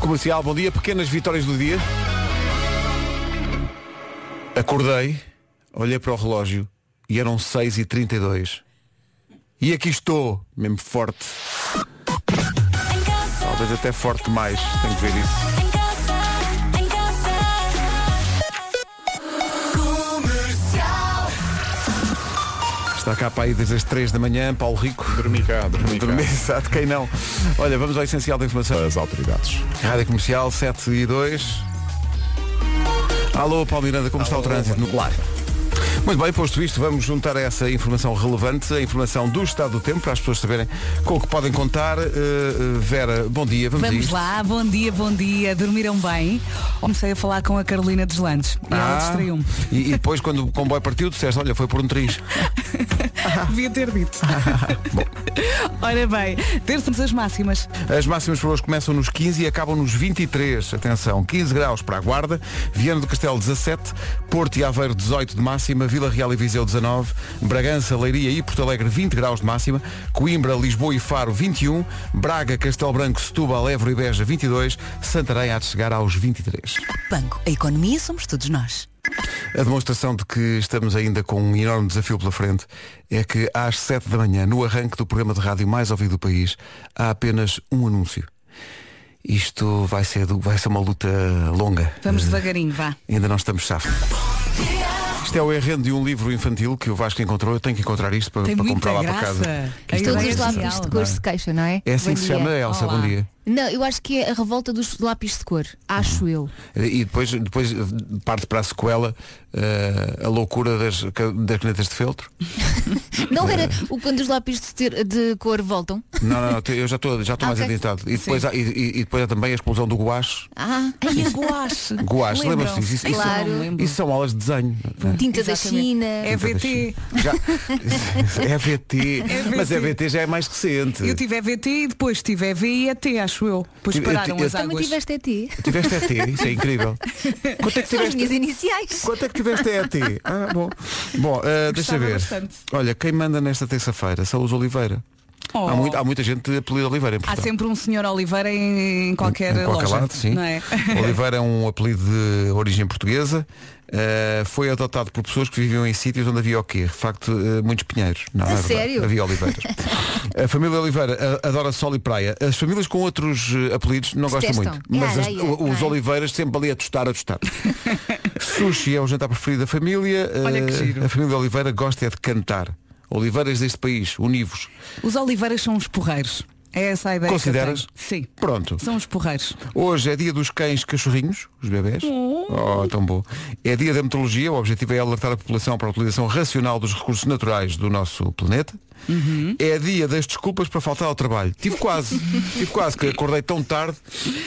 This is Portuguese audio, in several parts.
Comercial, bom dia. Pequenas vitórias do dia. Acordei, olhei para o relógio e eram 6h32. E aqui estou, mesmo forte. Talvez até forte demais, tenho que ver isso. Está cá para aí desde as 3 da manhã, Paulo Rico. Dormi cá, dormi cá. Dormir, exato, quem não? Olha, vamos ao essencial da informação. As autoridades. Rádio Comercial 7 e 2. Alô, Paulo Miranda, como está o trânsito no lar? Muito bem, posto isto, vamos juntar a essa informação relevante, a informação do estado do tempo, para as pessoas saberem com o que podem contar. Eh, eh, Vera, bom dia, vamos, a Vamos isto. lá, bom dia, bom dia. Dormiram bem? Comecei a falar com a Carolina dos Landes e um ela Ah, distraiu-me. e, e depois, quando o comboio partiu, disseste, olha, foi por um triz. Devia ter dito. Ora bem, terçamos as máximas. As máximas para hoje começam nos 15 e acabam nos 23. Atenção, 15 graus para a Guarda, Viana do Castelo 17, Porto e Aveiro 18 de máxima, Vila Real e Viseu 19, Bragança, Leiria e Porto Alegre 20 graus de máxima, Coimbra, Lisboa e Faro 21, Braga, Castelo Branco, Setúbal, Évora e Beja 22, Santarém há de chegar aos 23. Banco, a economia somos todos nós. A demonstração de que estamos ainda com um enorme desafio pela frente é que às 7 da manhã, no arranque do programa de rádio mais ouvido do país, há apenas um anúncio. Isto vai ser, do- vai ser uma luta longa. Vamos devagarinho, vá. Ainda não estamos chafos. Isto é o errando de um livro infantil que o Vasco encontrou. Eu tenho que encontrar isto para, Tem para muita comprar lá para graça. casa. A Isto é Todos ideia os é genial. um lápis de cor se queixam, não é? É assim Bom que se dia. chama, Elsa. Olá. Bom dia. Não, eu acho que é a revolta dos lápis de cor. Hum. Acho eu. E depois, depois eh, parte para a sequela eh, a loucura das, das canetas de feltro. Não era o quando os lápis de, ter- de cor voltam? Não, não, não, te- eu já estou já estou Ah, mais ok. adiantado. E depois, há, e, e- e depois há também a explosão do guache. Ah, Ai, a guache. Guache, Lembram? lembram-se disso? Isso, isso- Claro. Não me lembro. isso são aulas de desenho. né? tinta da Exatamente. China. Então, É VT. Já, é VT. Mas é VT já é mais recente. Eu tive EVT e depois tive é EV e ET, acho eu. Depois Tive- pararam eu- eu- as Também águas. tiveste ET. Tiveste ET, isso é incrível. Quanto é que São as minhas tiveste? iniciais. Quanto é que tiveste ET? Ah, bom, bom ah, deixa ver. bastante. Olha, quem manda nesta terça-feira são os Oliveira. Oh. Há, muito- há muita gente de apelido Oliveira em Há Portugal. sempre um senhor Oliveira em, em qualquer, Em qualquer loja. lado, sim. Não é? Oliveira é um apelido de origem portuguesa. Uh, foi adotado por pessoas que viviam em sítios onde havia o quê? De facto, uh, muitos pinheiros. Não, A não é verdade. sério? Havia oliveiras. a família Oliveira uh, adora sol e praia. As famílias com outros uh, apelidos não gostam Detestam. muito. É Mas as- areia, o- os não é? Oliveiras sempre ali a tostar, a tostar. Sushi é o jantar preferido da família. Uh, Olha que giro. A família Oliveira gosta é de cantar. Oliveiras deste país, univos. Os Oliveiras são os porreiros. É essa a ideia. que eu Consideras? tenho. Sim. Pronto. São os porreiros. Hoje é dia dos cães cachorrinhos, os bebés. Oh, tão bom. É dia da metodologia, o objetivo é alertar a população para a utilização racional dos recursos naturais do nosso planeta. Uhum. É dia das desculpas para faltar ao trabalho. Tive quase, tive quase, que acordei tão tarde,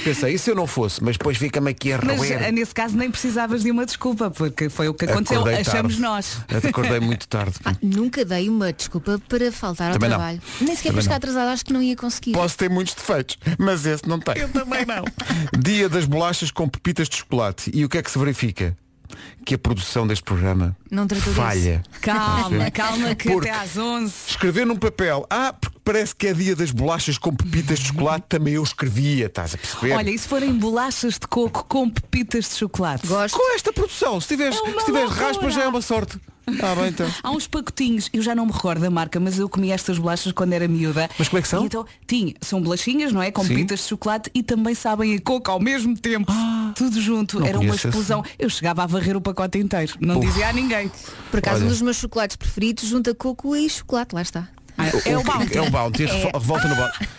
pensei, e se eu não fosse? Mas depois fica-me aqui a Mas roer. eh, nesse caso nem precisavas de uma desculpa, porque foi o que aconteceu, Acordei achamos tarde. nós. Acordei muito tarde. Nunca dei uma desculpa para faltar Também ao não. trabalho. Nem sequer Também para não. chegar atrasada, acho que não ia conseguir. Posso ter muitos defeitos, mas esse não tem. Eu também não. Dia das bolachas com pepitas de chocolate. E o que é que se verifica? Que a produção deste programa Não tratou disso. falha. Calma, calma que Porque- até às 11. Escrever num papel, ah, porque parece que é dia das bolachas com pepitas de chocolate, também eu escrevia, estás a perceber? Olha, e se forem bolachas de coco com pepitas de chocolate? Gosto. com esta produção, se tiveres, É uma se tiveres loucura. raspas já é uma sorte. Ah, bem então. Há uns pacotinhos, eu já não me recordo da marca, mas eu comi estas bolachas quando era miúda. Mas como é que são? E então, tinha, são bolachinhas, não é? Com Sim. pepitas de chocolate e também sabem a coco ao mesmo tempo. Tudo junto. Ah, não Era uma conheço esse. explosão. Eu chegava a varrer o pacote inteiro. Não Puf. dizia a ninguém. Por acaso, Olha. um dos meus chocolates preferidos junta coco e chocolate, lá está. é o mal. É o bounty, revol- revolta no bounty.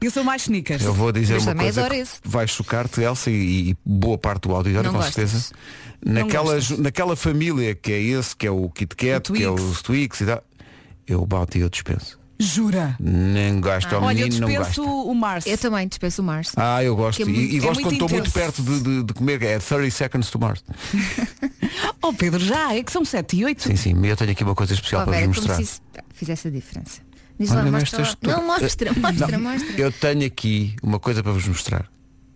Eu sou mais sneakers. Eu vou dizer Mas uma também coisa adoro que esse. vai chocar-te, Elsa, e, e boa parte do auditório, Não com gostas. certeza. Naquela, gostas. ju- naquela família que é esse, que é o Kit Kat, O que é Twix. o Twix e tal, eu o bounty eu dispenso. Jura. Nem gosto, Ah. ao Olha, eu menino não dispenso gosto. o Mars. Eu também despeço o Mars. Ah, eu gosto. Que é muito- e e é gosto muito quando estou muito intenso. perto de, de- de comer. É 30 seconds to Mars. Oh Pedro, já, é que são 7 e 8. Sim, sim. mas Eu tenho aqui uma coisa especial Oh, para vos Vera, como mostrar. se isso fizesse a diferença. Diz Olha, lá, não mostra estás lá. tu- Não, mostra, Eh, mostra, não, mostra. Eu tenho aqui uma coisa para vos mostrar.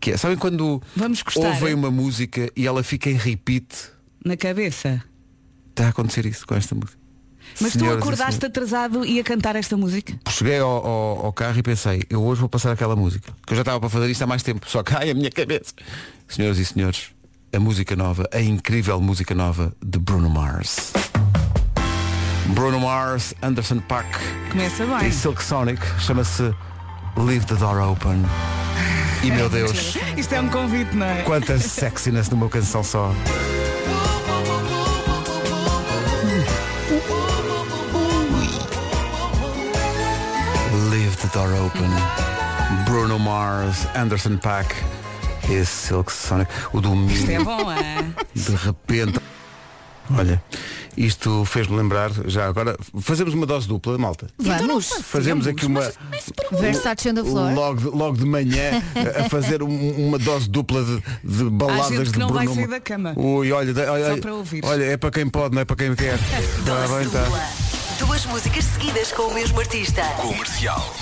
Que é, sabem quando Vamos gostar, ouvem eh? é? uma música e ela fica em repeat? Na cabeça. Está a acontecer isso com esta música. Mas tu Senhoras e acordaste senhores. atrasado e a cantar esta música? Cheguei ao, ao- ao carro e pensei, eu hoje vou passar aquela música. Que eu já estava para fazer isto há mais tempo, só cai a minha cabeça. Senhoras e senhores, a música nova, a incrível música nova de Bruno Mars. Bruno Mars, Anderson Paak Começa bem. e Silk Sonic, chama-se Leave the Door Open. E meu Deus, Isto é um convite, não é? quanta sexiness numa canção só. Leave the Door Open. Bruno Mars, Anderson Paak e Silk Sonic. O Isto é domínio, bom, é? de repente. Olha, isto fez-me lembrar, já agora, fazemos uma dose dupla, malta. Vamos. Fazemos aqui uma. Versace on the floor. Logo, de- logo de manhã a- a fazer um- uma dose dupla de, de baladas Há gente que de não vai Bruno. sair da cama. Ui, olha, da- olha, Só olha, para ouvir. olha, é para quem pode, não é para quem quer. Tá bem, tá. Duas músicas seguidas com o mesmo artista. Comercial.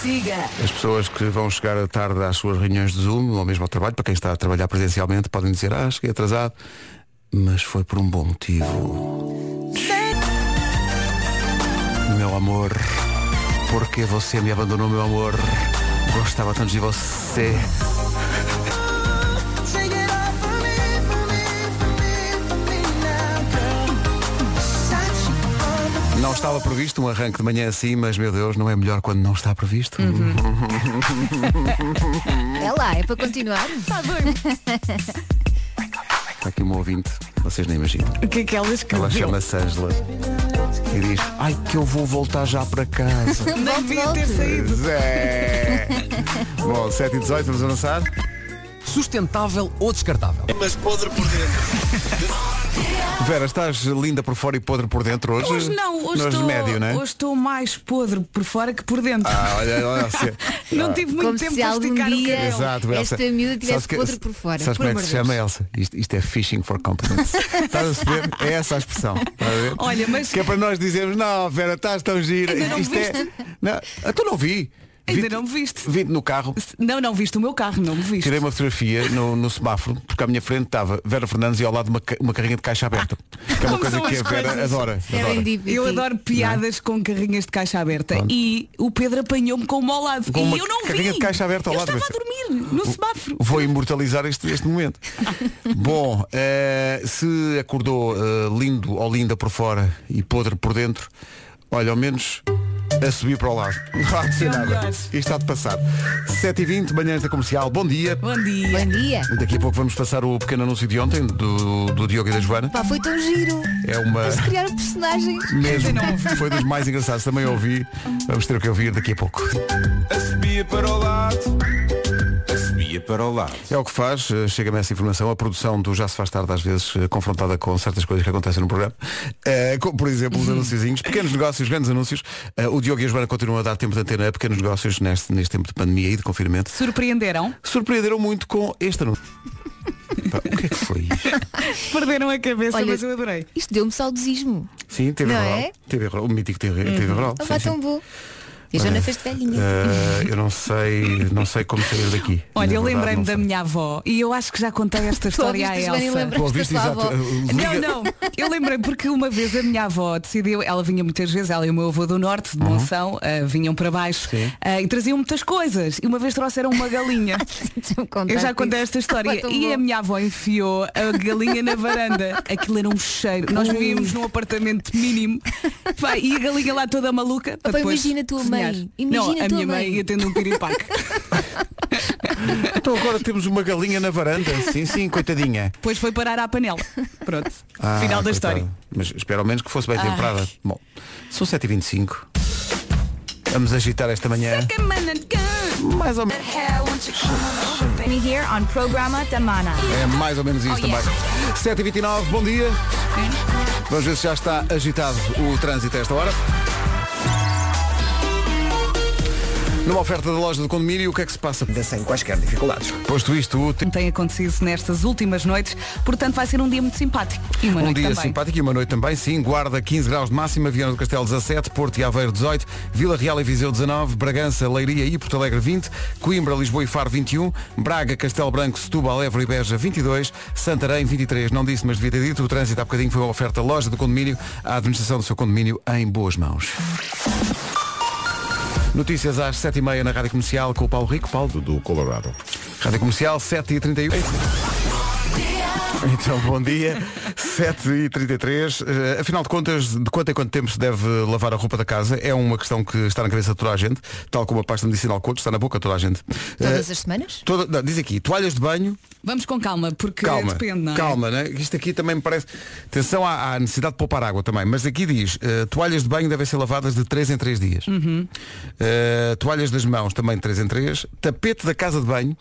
Siga. As pessoas que vão chegar à tarde às suas reuniões de Zoom ou mesmo ao trabalho, para quem está a trabalhar presencialmente, podem dizer, ah, cheguei atrasado, mas foi por um bom motivo. Meu amor, porque você me abandonou, meu amor? Gostava tanto de você. Não estava previsto um arranque de manhã assim, mas meu Deus, não é melhor quando não está previsto? Uhum. É lá, é para continuar. Está Tá aqui uma ouvinte, vocês nem imaginam. O que é que ela escreveu? Ela chama-se Angela e diz, ai que eu vou voltar já para casa. Nem devia ter volte. saído. Pois é. Bom, 7 e 18, vamos avançar. Sustentável ou descartável? Vera, estás linda por fora e podre por dentro hoje? Hoje não, hoje Nós de estou, médio, não é? hoje estou mais podre por fora que por dentro. Ah, olha, olha, assim. não tive muito Como tempo se para algum esticar o dia- cabelo. Exato, Elsa. Esta miúda tivesse Sabes que- podre por fora, Sabes por como é que amor se de chama, Elsa? Isto, isto é fishing for compliments. estás a perceber? É essa a expressão. Estás a ver? Olha, mas- Que é para nós dizermos, não, Vera, estás tão gira. Ainda não isto é. viste? Não, ah, tu não vi. Ainda Vi-te- não me viste. Vi-te no carro. Não, não viste o meu carro, não me viste. Tirei uma fotografia no, no semáforo, porque à minha frente estava Vera Fernandes e ao lado uma, ca- uma carrinha de caixa aberta. Que é uma Como coisa são que a as Vera coisas. É adora. adora. Serendipity. Eu adoro piadas com carrinhas de caixa aberta e o Pedro apanhou-me com o ao lado Com e uma eu não vi. carrinha de caixa aberta ao eu lado, estava mas- a dormir no semáforo. Vou imortalizar este, este momento. Bom, eh, se acordou eh, lindo ou linda por fora e podre por dentro, olha, ao menos a subir para o lado. Não há de ser É o nada. melhor. Isto está de passar. 7h20, manhãs da comercial. Bom dia. Bom dia. Bom dia. Daqui a pouco vamos passar o pequeno anúncio de ontem do, do Diogo e da Joana. Pá, foi tão giro. É uma. Vamos criar um personagem. Mesmo. Foi dos mais engraçados. Também ouvi. Vamos ter o que ouvir daqui a pouco. A subia para o lado. A subia para o lado. É o que faz, eh, chega-me essa informação, a produção do Já se faz tarde às vezes eh, confrontada com certas coisas que acontecem no programa, Eh, como por exemplo os anunciozinhos, pequenos negócios, grandes anúncios. Eh, o Diogo e a Joana continuam a dar tempo de antena a pequenos negócios neste, neste tempo de pandemia e de confinamento. Surpreenderam? Surpreenderam muito com este anúncio. Pá, o que é que foi isto? Perderam a cabeça, Olha- mas eu adorei. Isto deu-me saudosismo. Sim, TV Não Rural. é? TV Rural, o mítico TV, TV Rural. Ah, sim, pá, sim. É. tão bom. E a Joana fez de velhinha. Eh, eu não sei, não sei como sair daqui. Olha, Na eu verdade, lembrei-me não da sei. minha avó e eu acho que já contei esta história à ouviste, Joana, e Elsa. lembras? Tu ouviste, da sua exato. avó. eh, liga- Não, não. Eu lembrei porque uma vez a minha avó decidiu, ela vinha muitas vezes, ela e o meu avô do norte, de Monção, ah, vinham para baixo Uhum. Sim. ah, e traziam muitas coisas. E uma vez trouxeram uma galinha. É. Deixa-me contar Eu já isso. contei esta Ah, pá, história tão e a bom. minha avó enfiou a galinha na varanda. Aquilo era um cheiro. Nós vivíamos num apartamento mínimo. Pá, e a galinha lá toda maluca. para Pá, depois imagina a tua cozinhar. mãe. Imagina Não, a a tua minha mãe mãe. ia tendo um piripaque. Então agora temos uma galinha na varanda. Sim, sim, coitadinha. Depois foi parar à panela. Pronto. Ah, Final coitada. da história. Mas espero ao menos que fosse bem temperada. Bom, são 7h25. Vamos agitar esta manhã. Mais ou menos. É mais ou menos isso também. 7h29, bom dia. Vamos ver se já está agitado o trânsito a esta hora. Numa oferta da loja do condomínio, o que é que se passa? Ainda sem quaisquer dificuldades. Posto isto, o te- Tem acontecido nestas últimas noites, portanto vai ser um dia muito simpático. E uma um noite dia também. simpático e uma noite também, sim. Guarda 15 graus de máxima, Viana do Castelo 17, Porto e Aveiro 18, Vila Real e Viseu 19, Bragança, Leiria e Porto Alegre 20, Coimbra, Lisboa e Faro 21, Braga, Castelo Branco, Setúbal, Évora e Beja 22, Santarém 23. Não disse, mas devia ter dito. O trânsito há bocadinho foi uma oferta loja do condomínio, à administração do seu condomínio em boas mãos. Notícias às 7h30 na Rádio Comercial com o Paulo Rico. Paulo, Do Colorado. Rádio Comercial, 7h31. Então, bom dia, 7h33. Eh, afinal de contas, de quanto em quanto tempo se deve lavar a roupa da casa? É uma questão que está na cabeça de toda a gente, tal como a pasta medicinal Couto está na boca de toda a gente. Todas Eh, as semanas? toda- não, diz aqui, toalhas de banho, Vamos com calma, porque calma, depende, não é? calma, né? Isto aqui também me parece. Atenção à, à necessidade de poupar água também, mas aqui diz, eh, toalhas de banho devem ser lavadas de 3 em 3 dias. Uhum. Eh, toalhas das mãos também de 3 em 3. Tapete da casa de banho,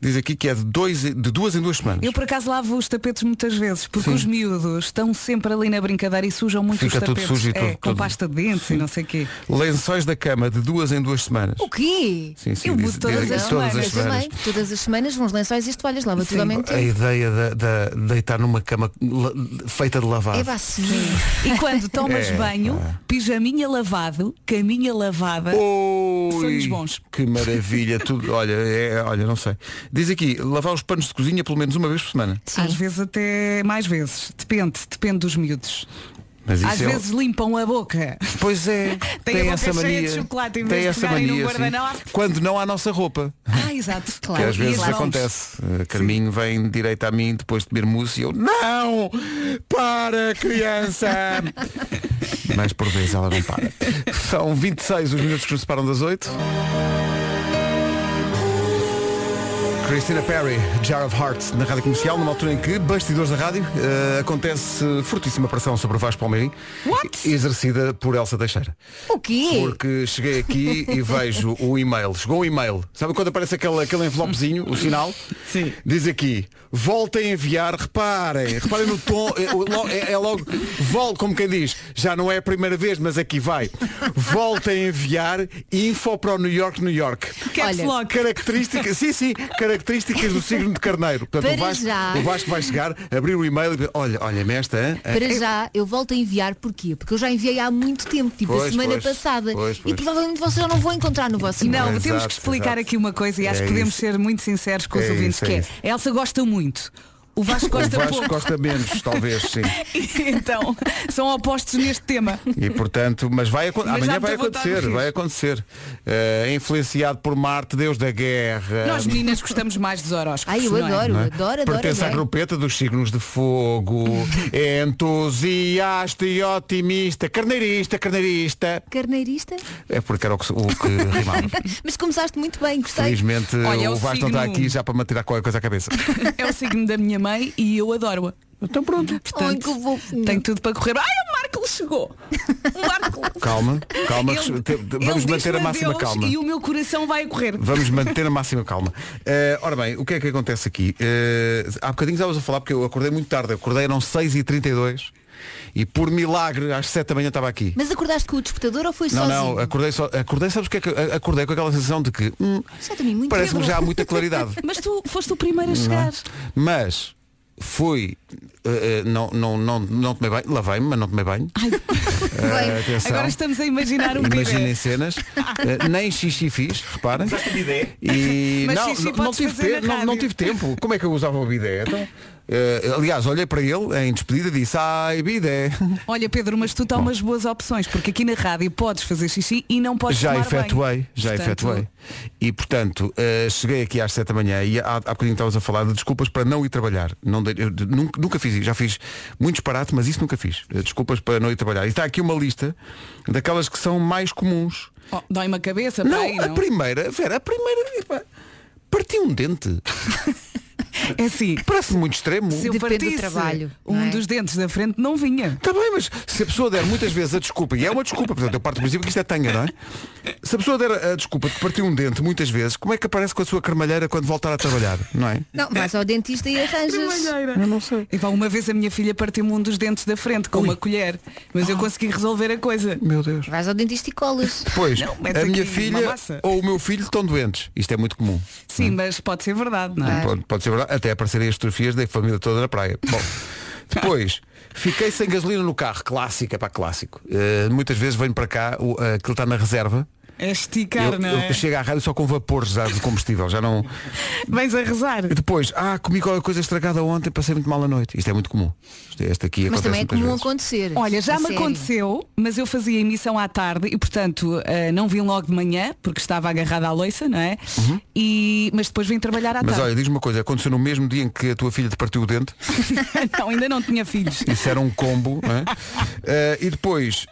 diz aqui que é de, dois, em- de duas em duas semanas. Eu por acaso lavo os tapetes muitas vezes, porque os miúdos estão sempre ali na brincadeira e sujam muito Fica os tudo tapetes. sujo e é, tudo- com tudo- pasta de dente e não sei o quê. Lençóis da cama de duas em duas semanas. O quê? Sim, sim, Eu diz- mudo todas diz- as todas semanas as semanas. é também. Todas as semanas vão os lençóis e as toalhas, lava tudo ao mesmo A tempo. ideia de, de- deitar numa cama la- feita de lavar. É assim. E quando tomas É, Oh, banho, pijaminha lavado, caminha lavada. Oi, Sonhos bons. Que maravilha, tudo. Olha, é- olha, não sei. Diz aqui, lavar os panos de cozinha pelo menos uma vez por semana. Sim. Às vezes até mais vezes. Depende, depende dos miúdos. Mas isso Às é- vezes limpam a boca. Pois é, Tem tem, a boca essa cheia de mania. chocolate em vez tem de essa pegarem no mania. sim. guardanapo. Quando não há a nossa roupa. Ah, exato. Claro. Que Ah, às e vezes as mãos? acontece. A Carminho vem direito a mim depois de beber mousse e eu, não! Para, criança! Mas por vezes ela não para. São 26 os minutos que nos separam das 8. Christina Perry, Jar of Hearts, na Rádio Comercial, numa altura em que, bastidores da rádio, eh, acontece fortíssima pressão sobre o Vasco Palmeirim, What? exercida por Elsa Teixeira. O quê? Porque cheguei aqui e vejo o e-mail. Chegou o e-mail. Sabe quando aparece aquele, aquele envelopezinho, o sinal? Sim. Diz aqui, voltem a enviar, reparem, reparem no tom, é, o- lo- é- é logo, vol, como quem diz, já não é a primeira vez, mas aqui vai. Voltem a enviar info para o New York, New York. Caps Olha, lock. Características, sim, sim, características do signo de carneiro. Portanto, o Para Vasco, já. o Vasco vai chegar, abrir o e-mail e dizer, olha, olha-me esta, hein? Para já, eu volto a enviar porquê? Porque eu já enviei há muito tempo, tipo Pois, a semana pois, passada. pois, pois. E provavelmente vocês já não vão encontrar no vosso e-mail. Não, Exato, temos que explicar exato. aqui uma coisa e acho É que podemos isso. ser muito sinceros com os É ouvintes, isso, é que é, isso. a Elsa gosta muito. O Vasco gosta o Vasco pouco. gosta menos, talvez, sim. então, são opostos neste tema. E portanto, mas vai acon- Mas amanhã dá-me vai muita vontade acontecer, de rir. vai acontecer. Eh, influenciado por Marte, Deus da Guerra. Nós meninas gostamos mais dos horóscopos. Ai, eu não é? adoro, não é? adoro, adoro, Pertence à adoro. grupeta dos signos de fogo, é entusiasta e otimista, carneirista, carneirista. Carneirista? É porque era o que, o que rimava. Mas começaste muito bem, gostei. Felizmente Olha, é o o Vasco não está signo- aqui já para me tirar qualquer coisa à cabeça. É o signo da minha mãe e eu adoro-a. Então pronto. Ai, que Portanto, fofinho. tem tudo para correr. Ai, o Marco chegou. O Marco. Calma, calma, Ele- que- te- ele vamos manter diz-me a máxima adeus calma. E o meu coração vai a correr. Vamos manter a máxima calma. Eh, ora bem, o que é que acontece aqui? Eh, há bocadinho estávamos a falar porque eu acordei muito tarde. Eu acordei eram 6h32 e por milagre às 7 da manhã estava aqui. Mas acordaste com o despertador ou foi Não, sozinho? não, acordei só. Acordei, sabes o que é que a- acordei com aquela sensação de que hum, Já dormi muito parece-me tempo. já há muita claridade. Mas tu foste o primeiro a chegar. Mas fui. eh, eh, não, não, não, não tomei banho, lavei-me, mas não tomei banho. Eh, Bem, atenção. Agora estamos a imaginar um o Imaginem bebê. cenas. Eh, nem xixi fiz, reparem. E Mas não, xixi não, não podes tive fazer na tempo, não, rádio. não tive tempo. Como é que eu usava o bidé? Então, eh, aliás, olhei para ele em despedida e disse, ai bidé. Olha, Pedro, mas tu tomas boas opções, porque aqui na rádio podes fazer xixi e não podes Já tomar efetuei, banho. já Portanto, efetuei. E portanto, eh, cheguei aqui às 7 da manhã e há, há bocadinho estávamos a falar de desculpas para não ir trabalhar. Não dei- eu de- nunca, nunca fiz isso, já fiz muito disparate, mas isso nunca fiz. Eh, Desculpas para não ir trabalhar. E está aqui uma lista daquelas que são mais comuns. Oh, Dói-me a cabeça, Não, é peraí, a não. primeira, Vera, a primeira. epá, Parti um dente. É assim, Parece-me muito extremo. se eu Depende do partisse trabalho, não um é? dos dentes da frente não vinha. Está Tá bem, mas se a pessoa der muitas vezes a desculpa, e é uma desculpa, portanto eu parto do princípio que isto é tanga, não é? Se a pessoa der a desculpa de que partiu um dente muitas vezes, como é que aparece com a sua carmalheira quando voltar a trabalhar, não é? Não, vais ao dentista e arranjas. Eu não sei. E pá, uma vez a minha filha partiu-me um dos dentes da frente com uma colher, mas eu consegui resolver a coisa. Meu Deus. Vais ao dentista e colas. Pois, Não, mete a minha aqui uma filha massa. ou o meu filho estão doentes. Isto é muito comum. Sim, mas pode ser verdade, não é? Pode, pode ser verdade. Até aparecerem as fotografias da família toda na praia. Bom, depois, fiquei sem gasolina no carro. Clássica, para clássico. Eh, muitas vezes venho para cá, o, eh, aquilo está na reserva. Ah. É esticar, Eu, não eu é? chego à rádio só com vapor já de combustível. Já não. Vais a rezar. E depois, ah, comi qualquer coisa estragada ontem, passei muito mal a noite. Isto é muito comum. Isto, este aqui Mas acontece também é muitas comum vezes. acontecer. Olha, já A me sério. aconteceu, mas eu fazia emissão à tarde e, portanto, eh, não vim logo de manhã, porque estava agarrada à loiça, não é? E, mas depois vim trabalhar à Uhum. Mas tarde. olha, diz-me uma coisa, aconteceu no mesmo dia em que a tua filha te partiu o dente, não, ainda não tinha filhos. isso era um combo, não é? Eh, e depois,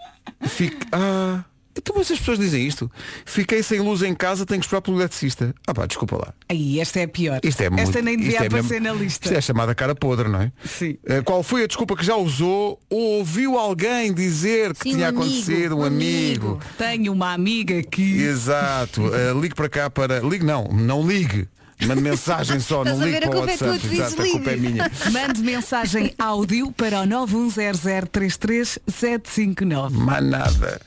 fico. Ah, então mas as pessoas dizem isto. Fiquei sem luz em casa, tenho que esperar pelo eletricista. Ah pá, desculpa lá. Aí, esta é a pior. Isto é muito, esta nem devia isto é aparecer mesmo- na lista. Isto é a chamada cara podre, não é? Sim. Eh, qual foi a desculpa que já usou ou ouviu alguém dizer que Sim, um tinha amigo, acontecido um um amigo? amigo. Tenho uma amiga que. Exato. Eh, ligue para cá para. Ligue não, não ligue. Mande mensagem só, Estás não a ligue ver, a para o culpa é tua, WhatsApp. tu Exato, a dizes culpa é ligue. minha. Mande mensagem áudio para o 910033759. Mas nada.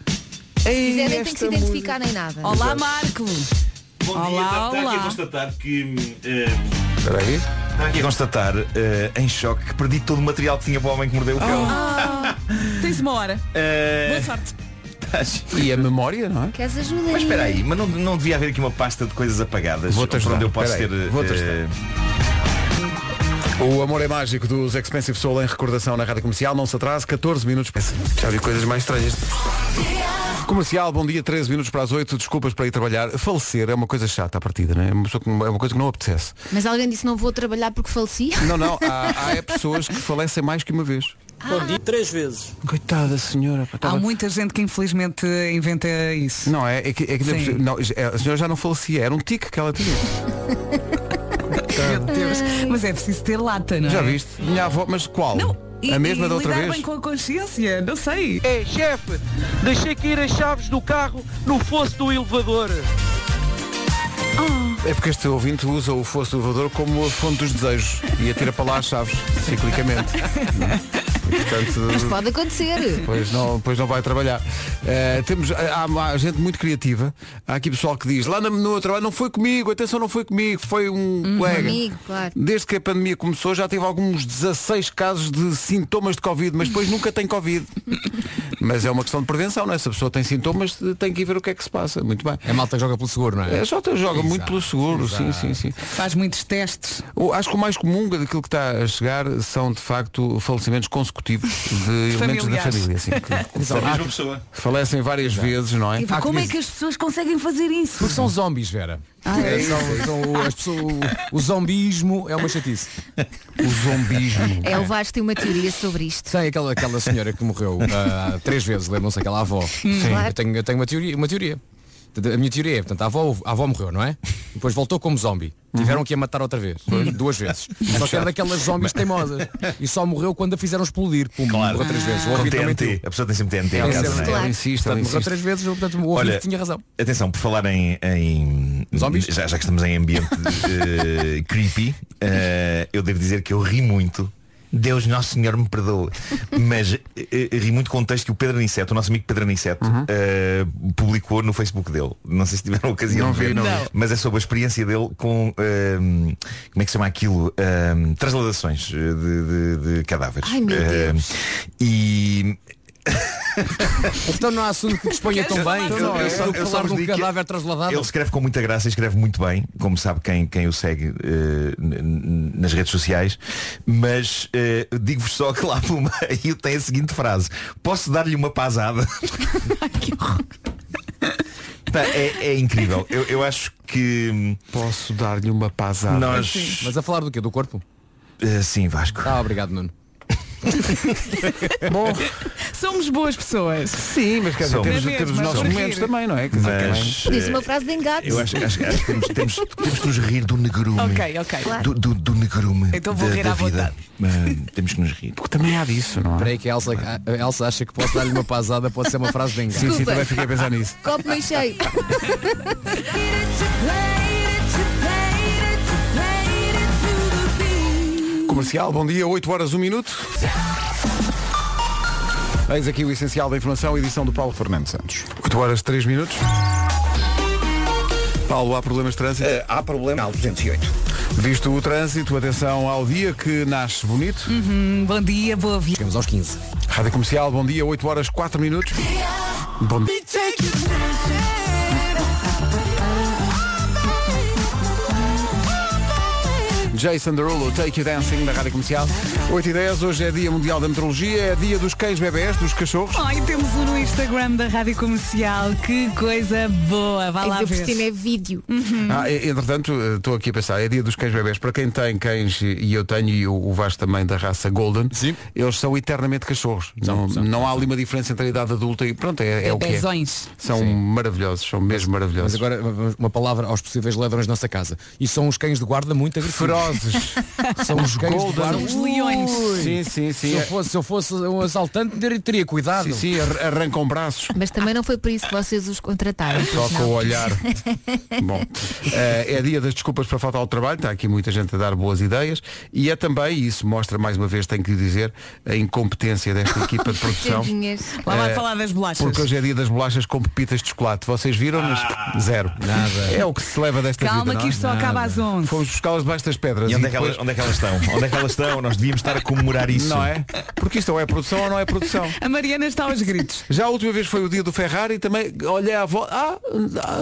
Se quiserem, tem que se identificar nem nada. Olá Marco! Bom Olá, dia, está aqui olá. a constatar que. eh, Espera aí. Está Tá aqui a constatar, eh, em choque, que perdi todo o material que tinha para o homem que mordeu o cão. Oh. Tens uma hora. É. Eh, Boa sorte. estás- E a memória, não é? Queres ajuda? Mas espera aí, mas não, não devia haver aqui uma pasta de coisas apagadas Vou-te ajudar, onde eu posso espera ter. aí, vou-te eh, ajudar. O Amor é Mágico dos Expensive Soul em recordação na Rádio Comercial. Não se atrase, 14 minutos. Já vi coisas mais estranhas. Comercial, bom dia, 13 minutos para as 8. Desculpas para ir trabalhar. Falecer é uma coisa chata à partida, não é? É uma, pessoa que- é uma coisa que não apetece. Mas alguém disse não vou trabalhar porque faleci? Não, não, há, há é pessoas que falecem mais que uma vez. Bom dia. Três vezes. Coitada senhora. pá, Há tava- muita gente que infelizmente inventa isso. Não, é, é que, é que Sim. não, é- a senhora já não falecia, era um tique que ela tinha. Meu Deus. Mas é preciso ter lata, não é? Já viste? Minha avó, mas qual? Não. E, a mesma e da outra lidar vez? bem com a consciência, não sei. É, chefe, deixei cair as chaves do carro no fosso do elevador. É porque este ouvinte usa o fosso do elevador como a fonte dos desejos e atira para lá as chaves, ciclicamente. E, Mas portanto, pode acontecer. depois não, depois não vai trabalhar. Eh, temos, há, há gente muito criativa. Há aqui pessoal que diz, lá no meu trabalho não foi comigo, atenção, não foi comigo, foi um Uhum. colega. amigo, claro. Desde que a pandemia começou já teve alguns 16 casos de sintomas de Covid, mas depois nunca tem Covid. mas é uma questão de prevenção, não é? Se a pessoa tem sintomas, tem que ir ver o que é que se passa. Muito bem. É malta que joga pelo seguro, não é? É, só te joga muito Exato, pelo seguro, sim, exato. sim, sim. Faz muitos testes. O- Acho que o mais comum daquilo que está a chegar são de facto falecimentos consecutivos de elementos da Familiares. família. Assim, que- da mesma pessoa. falecem várias vezes, não é? E, pá, Há que como é dizer- que as pessoas conseguem fazer isso? Porque são zombies, Vera. Ah, É, são, são as pessoas- o zombismo é uma chatice. O zombismo. É, o Vasco tem uma teoria sobre isto. Tem aquela, aquela senhora que morreu ah, três vezes, lembram-se aquela avó. Claro. Eu tenho, eu tenho uma teoria. Uma teoria. A minha teoria é, portanto, a avó, a avó morreu, não é? Depois voltou como zombie. Tiveram que a matar outra vez. Duas vezes. Só que era daquelas zombies teimosas. E só morreu quando a fizeram explodir. Pum, morreu três vezes. O Com ouvido também TNT. A pessoa tem sempre TNT. Ela em casa, sempre- não é? Claro. Ela insiste, ela Portanto, morreu insiste. três vezes, portanto, o ouvido tinha razão. Atenção, por falar em. em- Zombies? Já, já que estamos em ambiente eh, creepy, eh, eu devo dizer que eu ri muito. Deus Nosso Senhor me perdoa. Mas eh, eh, ri muito com o texto que o Pedro Aniceto, o nosso amigo Pedro Aniceto, eh, publicou no Facebook dele. Não sei se tiveram a ocasião Não de vi, ver, não vi. mas é sobre a experiência dele com ehm, como é que se chama aquilo? Ehm, transladações eh, de, de- de cadáveres. Ai, meu Ehm, e Então não há assunto que disponha tão bem. Então não, eu só- do que eu só falar vos de um digo que cadáver trasladado. Ele escreve com muita graça e escreve muito bem, como sabe quem, quem o segue eh, n- n- nas redes sociais, mas eh, digo-vos só que lá pelo meio tem a seguinte frase, posso dar-lhe uma pasada? Pá, é, é incrível. Eu, eu acho que hum, Posso dar-lhe uma pasada. nós. Mas Tá, a falar do quê? Do corpo? eh, sim, Vasco. Ah, obrigado, Nuno. Bom, Somos boas pessoas. sim, mas quer dizer, Somos. temos, É mesmo, temos os é nossos para momentos rir. também, não é? Quer dizer, também- Mas Podia ser eh, uma frase de engate. eu acho, acho- acho que temos, temos, temos que nos rir do negrume. Ok, ok. Do, do, do negrume. Então vou da, rir da à vida. Eh, temos que nos rir. Porque também há disso, não é? Espera aí que a Elsa, a Elsa acha que posso dar-lhe uma pasada, pode ser uma frase de engano. Sim, sim, Desculpa. também fiquei a pensar nisso. Copo meio cheio. Comercial, bom dia, 8 horas, 1 minuto. Eis aqui o essencial da informação, edição do Paulo Fernando Santos. 8 horas, 3 minutos. Paulo, há problemas de trânsito? há problema. 208. Visto o trânsito, atenção ao dia que nasce bonito. Bom dia, boa viagem. Chegamos aos 15. Rádio Comercial, bom dia, 8 horas, 4 minutos. Bom dia. Jason Derulo, Take You Dancing, da Rádio Comercial. 8 e 10, hoje é Dia Mundial da Metrologia, é dia dos cães bebés, dos cachorros. Ai, temos um no Instagram da Rádio Comercial. Que coisa boa. Vá lá Ainda por ver. cima é vídeo. Ah, e- entretanto, eh, estou aqui a pensar, é dia dos cães bebés. Para quem tem cães, e e eu tenho, e o o Vasco também da raça Golden, Sim. eles são eternamente cachorros. não, não há ali uma diferença entre a idade adulta e pronto, é, é o que é. Bebezões. São maravilhosos, são mesmo Mas maravilhosos. agora vamos- uma palavra aos possíveis ladrões da nossa casa. E são os cães de guarda muito agressivos. Ferozes. São os cães de Golden. guarda. Os leões. sim, sim, Se sim. eu, fosse, se eu fosse um assaltante, teria- teria cuidado. Sim, sim, ar- arrancam braços. Mas também não foi por isso que vocês os contrataram. Só com não. o olhar. Bom, eh, é dia das desculpas para faltar ao trabalho, está aqui muita gente a dar boas ideias e é também, e isso mostra mais uma vez, tenho que lhe dizer, a incompetência desta equipa de produção. Tadinhas. Lá vai Eh, falar das bolachas. Porque hoje é dia das bolachas com pepitas de chocolate. Vocês Ah, viram-nas? Zero. Nada. É o que se leva desta Calma vida. é? que isto só acaba às 11. Fomos buscá-las debaixo das pedras. E onde é, que depois- elas, onde é que elas estão? Onde é que elas estão? Nós devíamos estar a comemorar isso. Não é? Porque isto ou é produção ou não é produção. A Mariana está aos gritos. Já a última vez foi o dia do Ferrari e também olhei à volta. Ah,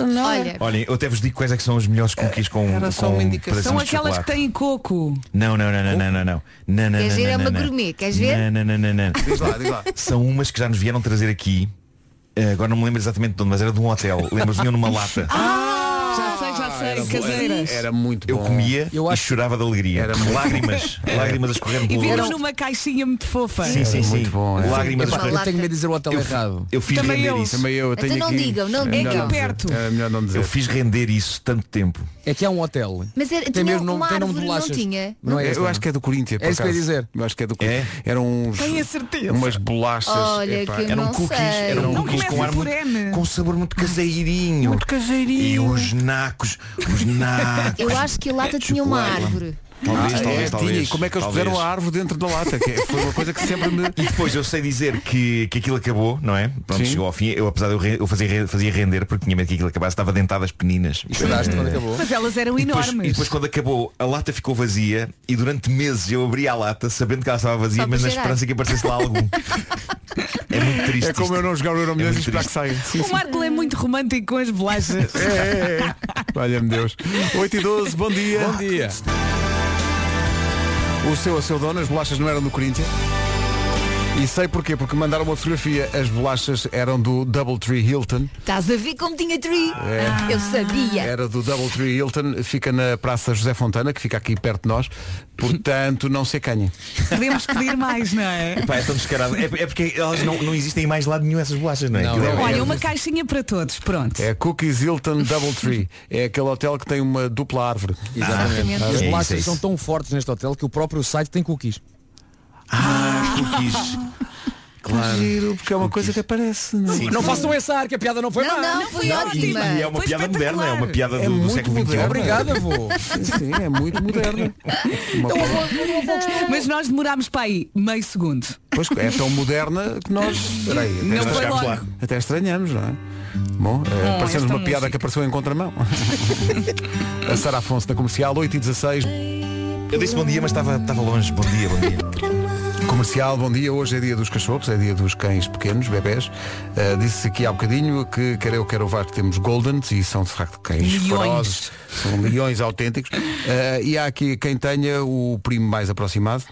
não. Olha, Olhem, eu até vos digo quais é que são os melhores cookies com, Era só com uma indicação. pedacinhos São de aquelas que chocolate. têm coco. Não, não, não, não, não, não, não. não, não Queres não, ver? É não, uma não. gourmet. Queres ver? Não, não, não, não, não. Diz lá, diz lá. São umas que já nos vieram trazer aqui. Eh, Agora não me lembro exatamente de onde, mas era de um hotel. Lembras de numa lata. Ah. já sei, já sei. Era, caseiras. era muito Eu bom. comia Eu e acho- chorava de alegria. Era muito- Lágrimas. Lágrimas a escorrerem E pelo vimos rosto. numa caixinha muito fofa. Sim, sim, é. Era sim. muito bom, era. Lágrimas a Epá, escorrerem. Eu tenho medo de dizer o hotel errado. Eu fiz Também render eu. isso. Também eu, eu Então tenho não aqui. digam, não É digam. melhor dizer. Perto. É melhor não dizer. Eu fiz render isso tanto tempo. É que é um hotel. Mas era- tinha uma árvore, não tinha? Não é eu este, acho não. que é do Corinthians. por É isso que eu ia acaso. dizer. Eu acho que é do É? Corinthians. Eram uns. Tenho a é certeza. Umas bolachas. Olha epá. é que eu Eram não um cookies, sei. eram Não cookies com começa ar por muito- M. com um sabor muito caseirinho. Muito caseirinho. E os nacos, os nacos. Eu acho que a é lata tinha uma Chocolate. árvore. Talvez, Ah, talvez, é, talvez, tinha. E como é que eles talvez. puseram a árvore dentro da lata? Que é- foi uma coisa que sempre me. E depois eu sei dizer que, que aquilo acabou, não é? Pronto, Sim. chegou ao fim. Eu, apesar de eu, re- eu fazia, re- fazia render, porque tinha medo que aquilo acabasse, estava dentado às pequeninas. Eh, Choraste quando acabou. Mas elas eram E depois, enormes. e depois quando acabou, a lata ficou vazia e durante meses eu abria a lata sabendo que ela estava vazia, Só mas para na cheirar. esperança que aparecesse lá algum. é muito triste. É como eu isto. não jogar o Euro Milhões É e muito esperar que saia. Sim, O sim. Marco é muito romântico com as bolachas. É, é, é. Valha-me Deus. 8 e 12, bom dia. Bom dia. O seu a seu dono, as bolachas não eram do Corinthians. E sei porquê, porque mandaram uma fotografia, as bolachas eram do Doubletree Hilton. Estás a ver como tinha tree? É. Eu sabia. Era do Doubletree Hilton, fica na Praça José Fontana, que fica aqui perto de nós. Portanto, não se acanhem. Podemos pedir mais, não é? Pá, é tão descarado. É, é porque elas não, não existem em mais lado nenhum essas bolachas, não é? Não, Aquilo é- não. Olha, uma caixinha para todos, pronto. É Cookies Hilton Doubletree. É aquele hotel que tem uma dupla árvore. Exatamente. As É bolachas isso, é isso. são tão fortes neste hotel que o próprio site tem cookies. Ah, cookies. Claro. Giro, porque é uma coisa que aparece. Não? é? Sim, Não sim. façam essa ar, que a piada não foi Não, má. não, foi ótima. E é uma Foi piada espetacular. moderna, é uma piada É do, do muito século um. XXI. moderna. Obrigado, avô. Sim, é muito moderno. Uma coisa- Mas nós demorámos para aí meio segundo. Pois é tão moderna que nós. Peraí, até, Não foi estra- chegámos logo. até estranhamos, não é? Bom, é, parecemos esta uma piada música. que apareceu em contramão. a Sara Afonso na comercial, 8 e 16 Eu disse bom dia, mas estava estava longe. Bom dia, bom dia. Comercial, bom dia. Hoje é dia dos cachorros, é dia dos cães pequenos, bebés. Ah, Disse-se aqui há bocadinho que quer eu, quer o Vasco, temos Goldens e são de facto cães Leões. ferozes, são leões autênticos. Ah, e há aqui quem tenha o primo mais aproximado.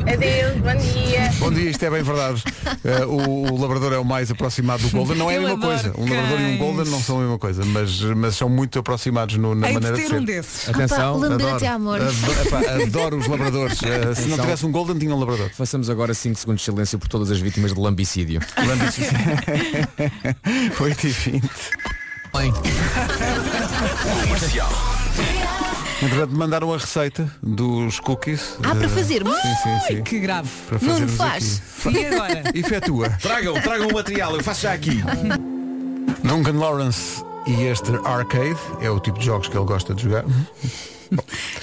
Adeus, bom dia. Bom dia, isto é bem verdade. Ah, o, o labrador é o mais aproximado do Golden, não é a Eu mesma adoro coisa. Um labrador e um cães. Golden não são a mesma coisa, mas, mas são muito aproximados no- na Hei de maneira de ter ser. um desses. Pá, Atenção. lamber até à morte. Adoro- epá, adoro os labradores. Eh, Eh, se não Atenção. tivesse um Golden, tinha um labrador. Façamos agora 5 segundos de silêncio por todas as vítimas de lambicídio. 8 e 20. Entretanto, mandaram a receita dos cookies. Ah, para Eh, fazermos? Sim, sim, sim. Que grave. Para Nuno, fazermos faz. aqui. E agora? Efetua. Tragam, tragam o material, eu faço já aqui. Duncan Lawrence e este arcade é o tipo de jogos que ele gosta de Uhum. jogar.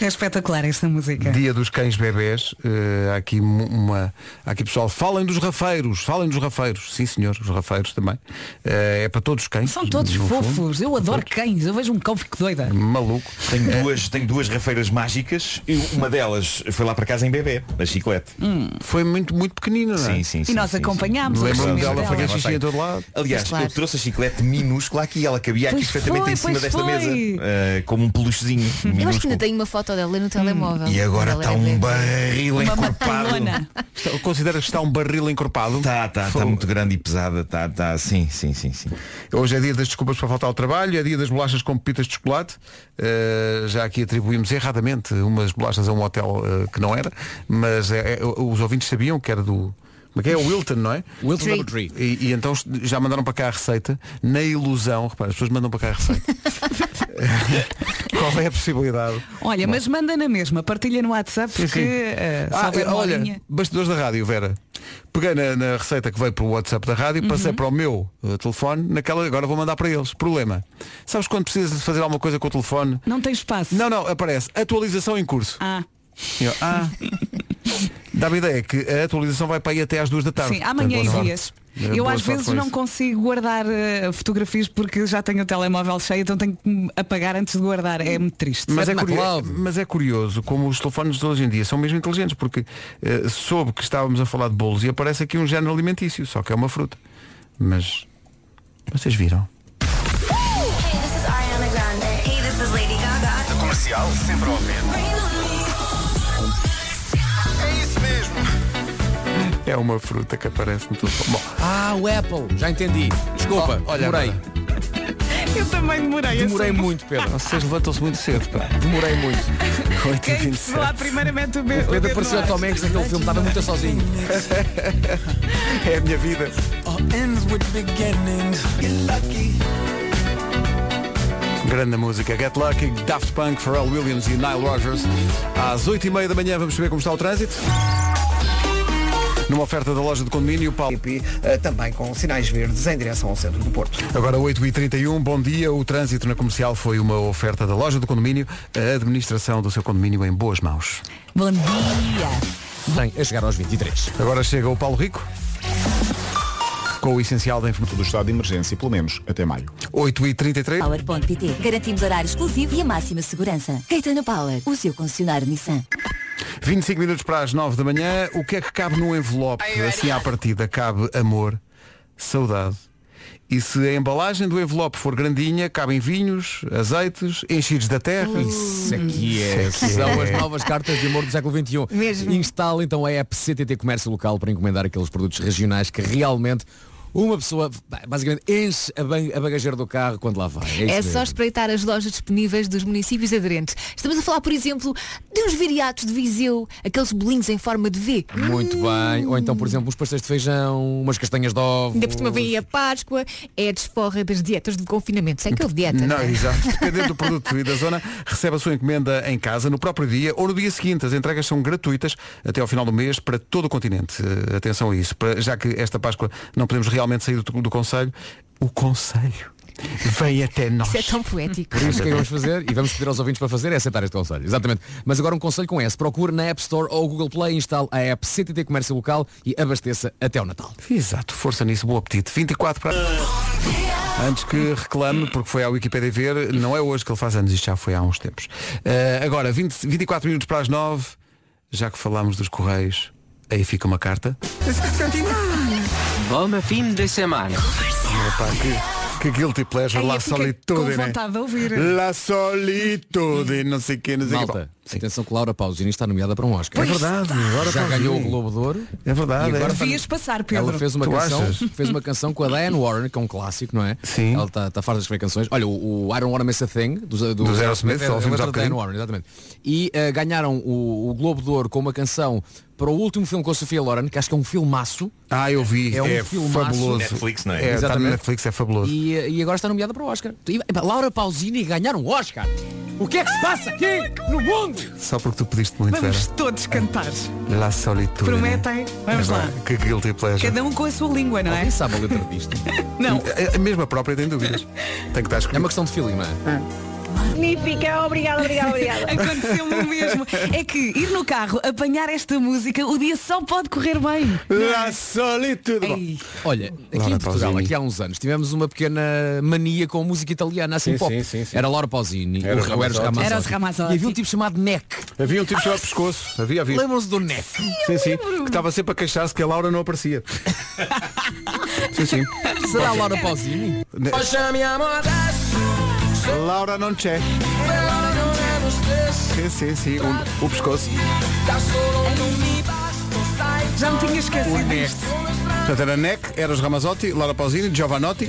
É espetacular esta música. Dia dos cães bebés. eh, há aqui mu- uma. Há aqui pessoal, falem dos rafeiros, falem dos rafeiros. Sim, senhor, os rafeiros também. Eh, é para todos os cães. São todos no fundo. fofos. Eu adoro cães. Eu vejo um cão, fico doida. Maluco. Tenho duas, tenho duas rafeiras mágicas e uma delas foi lá para casa em bebê, a chiclete. Foi muito, muito pequenina, não é? Sim, sim, sim. E nós sim, acompanhámos sim. o Lembro-me dela, crescimento dela. fazia xixi em todo lado. Aliás, Mas claro. eu trouxe a chiclete minúscula aqui, ela cabia aqui Pois perfeitamente foi, em cima pois desta foi. mesa, eh, como um peluchezinho Eu acho que minúsculo. ainda tenho uma foto dela no Hum. telemóvel. E agora Ela está é um grande. barril Uma encorpado. matalona. Está- Considera que está um barril encorpado? Está, está, está Fogo. tá muito grande e pesada, está, está, sim, sim, sim, sim. Hoje é dia das desculpas para faltar ao trabalho, é dia das bolachas com pepitas de chocolate. Uh, já aqui atribuímos erradamente umas bolachas a um hotel uh, que não era, mas é- é- os ouvintes sabiam que era do. Como é que é? O Wilton, não é? Wilton Tree. Tree. E, e então já mandaram para cá a receita, na ilusão, repara, as pessoas mandam para cá a receita. Qual é a possibilidade? Olha, mas manda na mesma. Partilha no WhatsApp porque eh, Ah, só vem eh, uma olha, horinha. bastidores da rádio, Vera. Peguei na, na receita que veio para o WhatsApp da rádio, passei Uhum. para o meu eh, telefone, naquela agora vou mandar para eles. Problema. Sabes quando precisas de fazer alguma coisa com o telefone? Não tem espaço. Não, não, aparece. Atualização em curso. Ah, E eu, Ah. Dá-me ideia que a atualização vai para aí até às duas da tarde. sim, amanhã Portanto, Tá, boa envias. sorte. Eh, Eu boa às sorte vezes com não isso. consigo guardar eh, fotografias porque já tenho o telemóvel cheio, então tenho que me apagar antes de guardar. É muito triste. Mas é, Mete na curioso, cloud. mas é curioso como os telefones de hoje em dia são mesmo inteligentes, porque eh, soube que estávamos a falar de bolos e aparece aqui um género alimentício, só que é uma fruta. Mas vocês viram? Hey, this is Lady Gaga. Comercial, sempre ao vento. É isso mesmo. É uma fruta que aparece no telefone. Bom, Ah, o Apple. Já entendi. Desculpa, Oh, olha demorei. Eu também demorei. Demorei muito, Pedro. vocês levantam-se muito cedo, pá. Demorei muito. Quem percebeu lá primeiramente o meu. o Pedro dedo apareceu no a ar. Tom Hanks naquele filme, estava muito a sozinho. É a minha vida. Grande música, Get Lucky, Daft Punk, Pharrell Williams e Nile Rogers. Às 8h30 da manhã vamos saber como está o trânsito. Numa oferta da loja de condomínio, Paulo. eh, também com sinais verdes em direção ao centro do Porto. Agora 8h31, bom dia. O trânsito na comercial foi uma oferta da loja do condomínio, a administração do seu condomínio em boas mãos. Bom dia. Bem, a chegar aos 23. Agora chega o Paulo Rico. Com o essencial da informação. Do estado de emergência, pelo menos até maio. 8h33. Power.pt Garantimos horário exclusivo e a máxima segurança. Caetano Power, o seu concessionário Nissan. 25 minutos para as 9 da manhã, o que é que cabe no envelope? Assim à partida, cabe amor, saudade. E se a embalagem do envelope for grandinha, cabem vinhos, azeites, enchidos da terra. Isso aqui é. Isso aqui São é. as novas cartas de amor do século XXI. Mesmo. Instale então a app CTT Comércio Local para encomendar aqueles produtos regionais que realmente uma pessoa basicamente enche a ban- a bagageira do carro quando lá vai. É, isso É mesmo. só espreitar as lojas disponíveis dos municípios aderentes. Estamos a falar, por exemplo, de uns viriatos de Viseu, aqueles bolinhos em forma de V. Muito bem. Ou então, por exemplo, uns pastéis de feijão, umas castanhas de ovo. Ainda por cima vem a Páscoa, é a desforra das dietas do confinamento. Sei que houve dieta. Não, é? exato. Dependendo do produto e da zona, recebe a sua encomenda em casa no próprio dia ou no dia seguinte. As entregas são gratuitas até ao final do mês para todo o continente. Eh, Atenção a isso. Para- já que esta Páscoa não podemos realmente sair do, do Conselho, o Conselho vem até nós. Isso é tão poético. Por isso, o que é que vamos fazer? E vamos pedir aos ouvintes para fazer é aceitar este conselho. Exatamente. Mas agora um conselho com S. Procure na App Store ou Google Play, instale a app CTT Comércio Local e abasteça até ao Natal. Exato, força nisso, bom apetite. 24 para. Antes que reclame, porque foi à Wikipédia ver, não é hoje que ele faz anos, isto já foi há uns tempos. Eh, agora, 20 24 minutos para as 9, já que falámos dos Correios, aí fica uma carta. Bom fim de semana. Epá, que, que guilty pleasure, Ai, eu la fiquei solitude, com vontade de ouvir. La solitude, não sei o que, não sei o quê. Malta, Atenção que Laura Pausini está nomeada para um Oscar. Pois É verdade, está. Laura Já Pausini. ganhou o Globo de Ouro. É verdade. é. Devias passar, Pedro. Ela fez uma, Tu canção, achas? fez uma canção com a Diane Warren, que é um clássico, não é? Sim. Ela está tá farta de escrever canções. Olha, o, o I Don't Wanna Miss a Thing, dos do, Dos Aerosmith, é- ela é fez há letra da bocadinho. Diane Warren, exatamente. E eh, ganharam o, o Globo de Ouro com uma canção para o último filme com a Sofia Loren, que acho que é um filmaço. Ah, eu vi. É um É filmaço. fabuloso. Netflix, não é? É, tá no Netflix, é fabuloso. E, eh, e agora está nomeada para o Oscar. E, epá, Laura Pausini ganharam o Oscar. O que é que se passa aqui no mundo? Só porque tu pediste muito, Vamos Vera. todos cantar. La solitude. É Prometem. Vamos lá. Que guilty pleasure. Cada um com a sua língua, não é? Quem sabe a letra disto? Não. É, A mesma própria tem dúvidas. Tem que estar escrito. É uma questão de feeling, não é? Magnífica, obrigada, obrigada, obrigada. Aconteceu-me o mesmo. É que ir no carro, apanhar esta música, o dia só pode correr bem. La solitude. Olha, aqui Laura em Portugal, Pausini. aqui há uns anos, tivemos uma pequena mania com música italiana, assim Sim, pop. sim, sim, sim. Era Laura Pausini, Era o os Ra- o Eros Ramazzotti. Ramazzotti. Era os Ramazzotti. E havia um tipo chamado Neck. Havia um tipo chamado pescoço. Havia, havia. Lembram-se do Neck. Sim, sim. Que estava sempre a queixar-se que a Laura não aparecia. sim, sim. Será a Laura Pausini? Ne- Laura não c'è. Sim, sim, sim. Um, O, o pescoço. Já me tinha esquecido disto. Portanto, era Neck, Eros Ramazzotti, Laura Pausini, Giovanotti.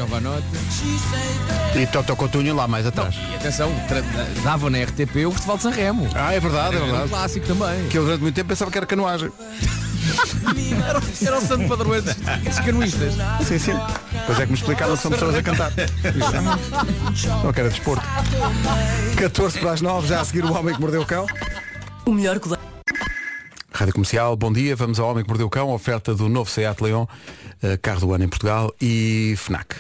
E Toto Cotunho lá mais atrás. E atenção, tra- dava na RTP o Festival de San Remo. Ah, é verdade, é Era um verdade. clássico também. Que eu durante muito tempo pensava que era canoagem. era, o- era o santo padroeiro dos, dos canoístas. Sim, sim. Pois é que me explicaram que são pessoas a cantar. Não que era desporto. 14 para as 9, já a seguir o Homem que Mordeu o Cão. O melhor colar. Rádio Comercial, bom dia. Vamos ao Homem que Mordeu o Cão, oferta do novo Seat Leon, eh, carro do ano em Portugal e FNAC.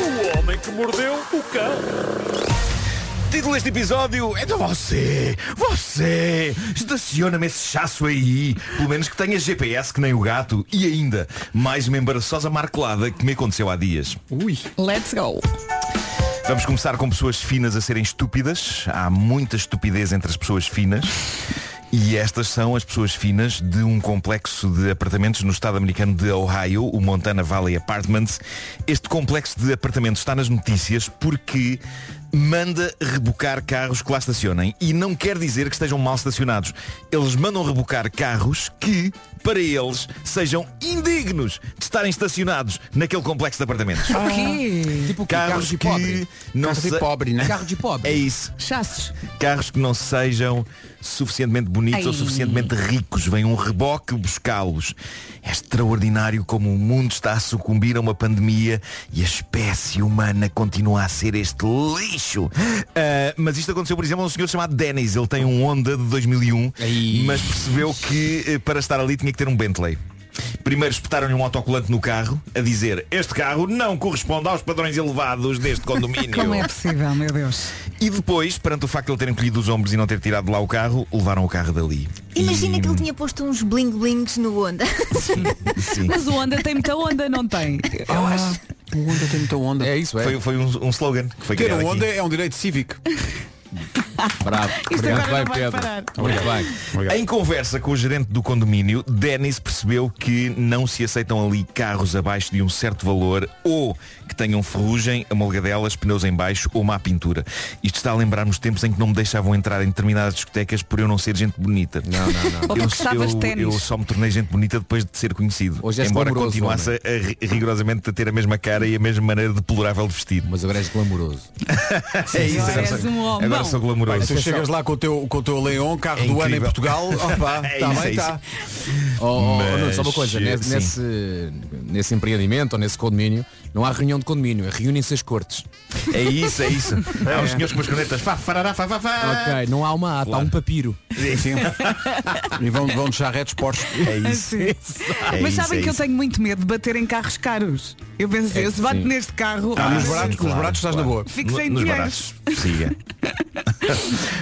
O homem que mordeu o cão. Título deste episódio é de você! Você! Estaciona-me esse chasso aí! Pelo menos que tenha GPS que nem o gato e ainda mais uma embaraçosa marcolada que me aconteceu há dias. Ui! Let's go! Vamos começar com pessoas finas a serem estúpidas. Há muita estupidez entre as pessoas finas. E estas são as pessoas finas de um complexo de apartamentos no estado americano de Ohio, o Montana Valley Apartments. Este complexo de apartamentos está nas notícias porque manda rebocar carros que lá estacionem. E não quer dizer que estejam mal estacionados. Eles mandam rebocar carros que, para eles, sejam indignos de estarem estacionados naquele complexo de apartamentos. Ah, O quê? Tipo o quê? Carros de que pobre. não Carros de se- pobre, né? Carro de pobre. É isso. Chassos. Carros que não sejam suficientemente bonitos Ai. ou suficientemente ricos. Vem um reboque buscá-los. É extraordinário como o mundo está a sucumbir a uma pandemia e a espécie humana continua a ser este lixo. Ah, mas isto aconteceu, por exemplo, a um senhor chamado Dennis. Ele tem um Honda de 2001, mas percebeu que eh, para estar ali tinha que ter um Bentley. Primeiro espetaram-lhe um autocolante no carro a dizer este carro não corresponde aos padrões elevados deste condomínio. Como é possível, meu Deus? E depois, perante o facto de ele ter encolhido os ombros e não ter tirado de lá o carro, levaram o carro dali. Imagina E- que ele tinha posto uns bling blings no Honda. Sim. Mas o Onda tem muita onda, não tem? Eu acho. O Onda tem muita onda. É isso, é. Foi, foi um, um slogan que foi Ter criado um aqui. Honda é um direito cívico. Bravo. Isto Obrigado. agora não vai parar. Muito Obrigado. bem. Em conversa com o gerente do condomínio, Dennis percebeu que não se aceitam ali carros abaixo de um certo valor ou que tenham ferrugem, amalgadelas, pneus em baixo ou má pintura. Isto está a lembrar-me os tempos em que não me deixavam entrar em determinadas discotecas por eu não ser gente bonita. Não, não, não. Ou porque Eu, gostavas de eu, ténis. eu só me tornei gente bonita depois de ser conhecido. Hoje és Embora glamouroso, continuasse a, ri- rigorosamente a ter a mesma cara e a mesma maneira deplorável de vestir. Mas agora és glamouroso. é isso, Agora agora, és sou- um homem. agora sou glamouroso. Pai, tu chegas lá com o teu, com o teu Leon, carro É do ano em incrível. Portugal, opa, É está isso, é bem, isso. está. tá Oh, oh, oh, Nuno, só uma Mas, coisa, eh, nesse, sim. nesse, nesse empreendimento ou nesse condomínio, não há reunião de condomínio, é reúnem-se as cortes. É isso, é isso. Há uns senhores com as cornetas. Fá, farará, fá, fá, fá. Ok, não há uma ata, há um papiro. Sim. E vão, vão deixar retos postos. É isso. Assim. Mas sabem que eu tenho muito medo de bater em carros caros. Eu pensei, É, eu se bato sim. neste carro. Ah, nos sim, baratos, com os baratos estás na boa. Fico sem No- nos dinheiro. baratos. Siga.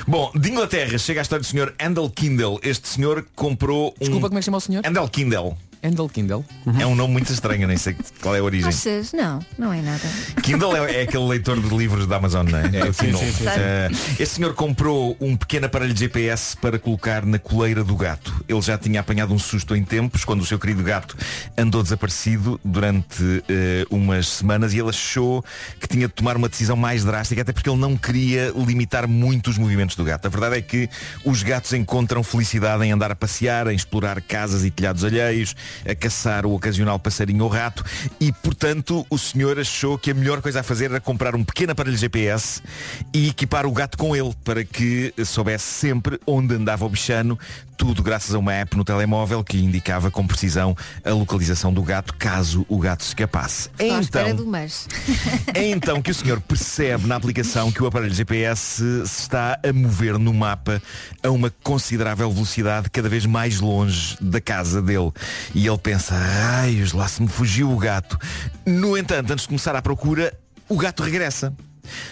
Bom, de Inglaterra chega a história do senhor Andel Kindle. Este senhor comprou um... Desculpa, como é que chama o senhor? Andel Kindle. Handel Kindle. Uhum. É um nome muito estranho, nem sei qual é a origem. Achas? Não, não é nada. Kindle é, é aquele leitor de livros da Amazon, não é? É o sim, Kindle. sim, sim, sim. Eh, este senhor comprou um pequeno aparelho de GPS para colocar na coleira do gato. Ele já tinha apanhado um susto em tempos quando o seu querido gato andou desaparecido durante eh, umas semanas e ele achou que tinha de tomar uma decisão mais drástica, até porque ele não queria limitar muito os movimentos do gato. A verdade é que os gatos encontram felicidade em andar a passear, em explorar casas e telhados alheios, a caçar o ocasional passarinho ou rato e, portanto, o senhor achou que a melhor coisa a fazer era comprar um pequeno aparelho GPS e equipar o gato com ele para que soubesse sempre onde andava o bichano, tudo graças a uma app no telemóvel que indicava com precisão a localização do gato caso o gato se escapasse. Então, Estou à espera Então. do mas. É então que o senhor percebe na aplicação que o aparelho GPS se está a mover no mapa a uma considerável velocidade, cada vez mais longe da casa dele. E ele pensa, raios, lá se me fugiu o gato. No entanto, antes de começar a procura, o gato regressa.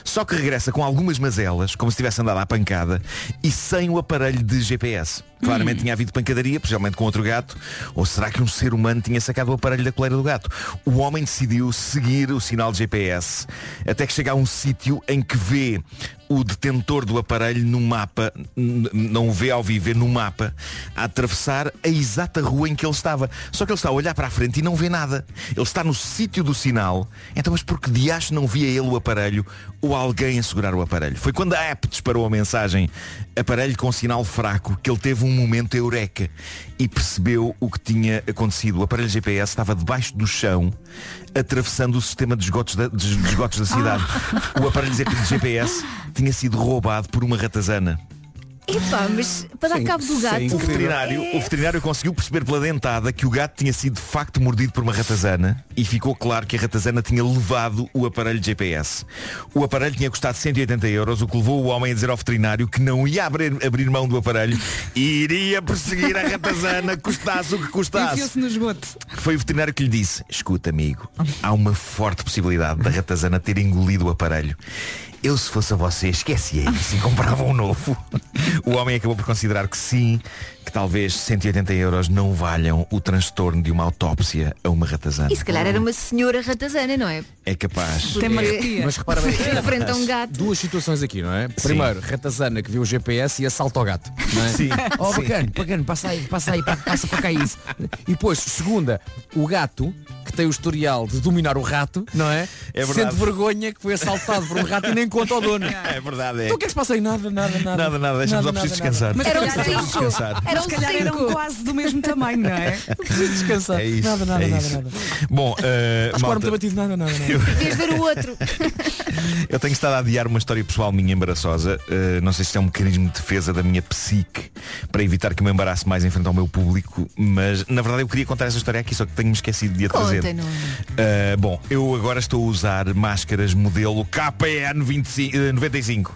Só que regressa com algumas mazelas, como se tivesse andado à pancada, e sem o aparelho de GPS. Claramente tinha havido pancadaria, principalmente com outro gato, ou será que um ser humano tinha sacado o aparelho da coleira do gato? O homem decidiu seguir o sinal de GPS até que chega a um sítio em que vê o detentor do aparelho no mapa, n- não o vê ao vivo, vê no mapa, a atravessar a exata rua em que ele estava. Só que ele está a olhar para a frente e não vê nada. Ele está no sítio do sinal, então mas por que diacho não via ele o aparelho ou alguém a segurar o aparelho? Foi quando a app disparou a mensagem aparelho com sinal fraco que ele teve um momento eureka e percebeu o que tinha acontecido. O aparelho GPS estava debaixo do chão, atravessando o sistema de esgotos da, de- de esgotos da cidade. O aparelho de GPS tinha sido roubado por uma ratazana. Epá, mas para dar cabo do gato. O veterinário, o veterinário conseguiu perceber pela dentada que o gato tinha sido de facto mordido por uma ratazana e ficou claro que a ratazana tinha levado o aparelho de GPS. O aparelho tinha custado 180 euros, o que levou o homem a dizer ao veterinário que não ia abrir, abrir mão do aparelho e iria perseguir a ratazana, custasse o que custasse. Enfiou-se no esgoto. Foi o veterinário que lhe disse, escuta amigo, há uma forte possibilidade da ratazana ter engolido o aparelho. Eu se fosse a você esquecia isso e comprava um novo. O homem acabou por considerar que sim, que talvez 180 euros não valham o transtorno de uma autópsia a uma ratazana. E se calhar era um uma senhora ratazana, não é? É capaz. Tem uma agonia. Mas repara bem. Enfrenta um gato. Duas situações aqui, não é? Sim. Primeiro, ratazana que viu o GPS e assalta o gato. Não é? Sim. Oh, Sim. bacana, bacana, passa aí, passa aí, pa- passa para cá isso. E depois, segunda, o gato que tem o historial de dominar o rato, não é? É verdade. Sente vergonha que foi assaltado por um rato e nem conta ao dono. É verdade, é. Não queres passar aí nada, nada, nada. Nada, nada, um deixa-me só preciso descansar. Mas Eram calhar- cinco. descansar. Eram Mas se calhar eram um cinco. quase do mesmo tamanho, não é? Preciso descansar. É isso, nada, nada, é nada, isso. nada. Bom, eh, Estás malta, muito abatido, nada, nada, nada. Devias ver o outro. Eu tenho estado a adiar uma história pessoal minha embaraçosa. Uh, não sei se isto é um mecanismo de defesa da minha psique para evitar que me embarace mais em frente ao meu público, mas na verdade eu queria contar essa história aqui, só que tenho-me esquecido de a trazer. Conta, Nuno. Uh, bom, eu agora estou a usar máscaras modelo KPN 25, eh, 95.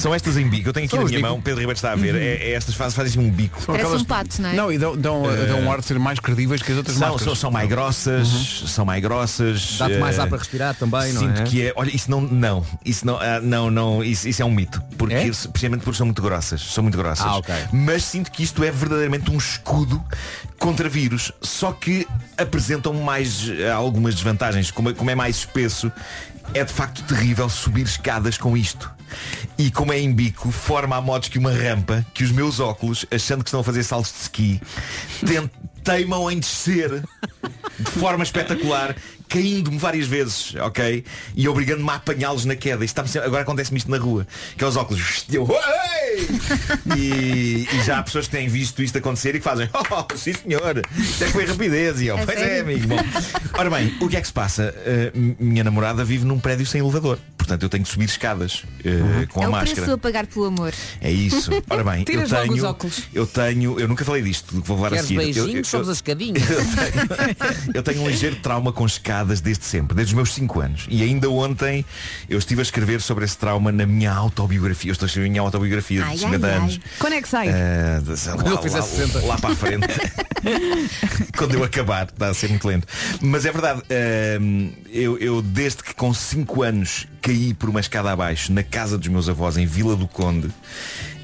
São estas em bico. Eu tenho aqui São na os minha bico. mão, Pedro Ribeiro está a ver. É, é estas fazem, fazem assim um bico. São Parece aquelas- um pato, não é? Não, e dão, dão, dão um ar de serem mais credíveis que as outras Eh, São, máscaras. são, são mais grossas, são mais grossas. Dá-te mais eh, ar para respirar também, não Sinto é? que é. Olha, isso não. Não, isso não. ah, não, não isso, isso é um mito. Porque, É? isso- precisamente porque são muito grossas. São muito grossas. Ah, ok. Mas sinto que isto é verdadeiramente um escudo contra vírus. Só que apresentam mais ah, algumas desvantagens. Como, é- como é mais espesso, é de facto terrível subir escadas com isto. E como é em bico, forma a modos que uma rampa que os meus óculos, achando que estão a fazer saltos de ski, ten- teimam em descer de forma espetacular, caindo-me várias vezes, ok? E obrigando-me a apanhá-los na queda. Isto está-me sempre- Agora acontece-me isto na rua, que é os óculos. E, eu, "Oi!" e, e já há pessoas que têm visto isto acontecer e que fazem, oh, sim senhor, isto é que foi rapidez. E eu, É pois é, sério? amigo. Bom, ora bem, o que é que se passa? Uh, minha namorada vive num prédio sem elevador. Portanto, eu tenho que subir escadas uh, com É a o máscara. preço a pagar pelo amor. É isso. Ora bem, eu Tiras logo os tenho, óculos. eu tenho, eu nunca falei disto, do que vou falar a seguir. Eu- eu- eu- escadinhas. eu tenho um ligeiro trauma com escadas desde sempre, desde os meus 5 anos. E ainda ontem eu estive a escrever sobre esse trauma na minha autobiografia. Eu estou a escrever a minha autobiografia Ai, de 50 ai, ai. anos. Quando é que sai? Ah, sei lá, Quando eu fizer 60. lá para a frente. Quando eu acabar, está a ser muito lento. Mas é verdade, ahm, eu, eu desde que com 5 anos caí por uma escada abaixo na casa dos meus avós em Vila do Conde,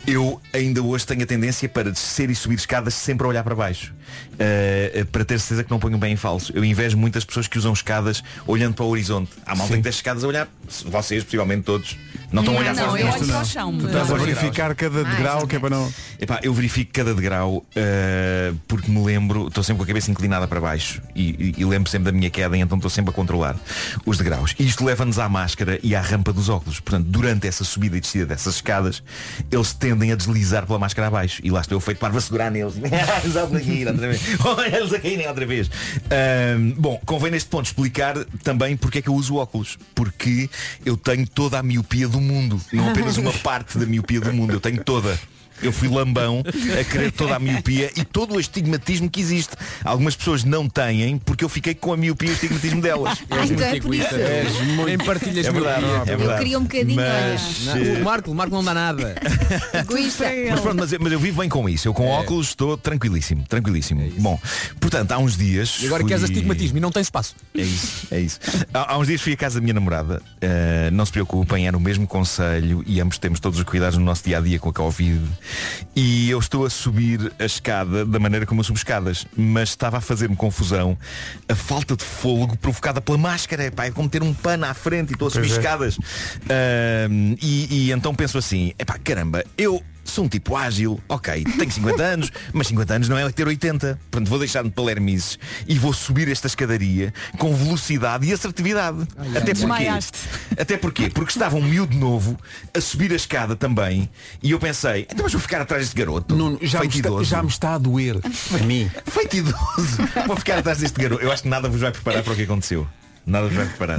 Eu ainda hoje tenho a tendência para descer e subir escadas sempre a olhar para baixo. Uh, uh, para ter certeza que não ponho bem em falso. Eu invejo muitas pessoas que usam escadas olhando para o horizonte. Há malta Sim. que desce escadas a olhar. Vocês, possivelmente todos, não estão a olhar Não, é para Tá eu os dedos. olho para o chão. Tá Tu estás a verificar cada Ah, degrau que é para não. Epá, eu verifico cada degrau uh, porque me lembro, estou sempre com a cabeça inclinada para baixo e, e- e lembro sempre da minha queda e então estou sempre a controlar os degraus. E isto leva-nos à máscara e à rampa dos óculos. Portanto, durante essa subida e descida dessas escadas, eles tendem a deslizar pela máscara abaixo. E lá estou eu feito para segurar neles. Exato, aqui, outra vez. Olha, eles a caírem outra vez. Ahm, bom, convém neste ponto explicar também porque é que eu uso óculos. Porque eu tenho toda a miopia do mundo. Não apenas uma parte da miopia do mundo, eu tenho toda. Eu fui lambão a querer toda a miopia e todo o estigmatismo que existe. Algumas pessoas não têm porque eu fiquei com a miopia e o estigmatismo delas. Ah, então é por isso. Nem partilhas é verdade, miopia. é Eu verdade. queria um bocadinho, mas, olha. eh, Não, o Marco, o Marco não dá nada. É. Egoísta. mas pronto, mas eu, mas eu vivo bem com isso. Eu com óculos estou tranquilíssimo, tranquilíssimo. Bom, portanto, há uns dias. E agora fui... queres astigmatismo e não tem espaço. É isso, é isso. Há, há uns dias fui à casa da minha namorada. Uh, não se preocupem, é no mesmo conselho e ambos temos todos os cuidados no nosso dia a dia com a Covid. E eu estou a subir a escada da maneira como eu subo escadas, mas estava a fazer-me confusão a falta de fôlego provocada pela máscara. Pá, é como ter um pano à frente e estou a subir Pois é. escadas. Uh, e, e então penso assim, epá, caramba, eu. Sou um tipo ágil, ok, tenho 50 anos, mas 50 anos não é ter 80. Portanto, vou deixar de palermices e vou subir esta escadaria com velocidade e assertividade. Até porque, Desmaiaste. até porquê? Porque estava um miúdo novo a subir a escada também e eu pensei, então mas vou ficar atrás deste garoto. Nuno, já, me feito está, idoso. já me está a doer. A mim. Feito idoso. Vou ficar atrás deste garoto. Eu acho que nada vos vai preparar para o que aconteceu. Nada vos vai preparar.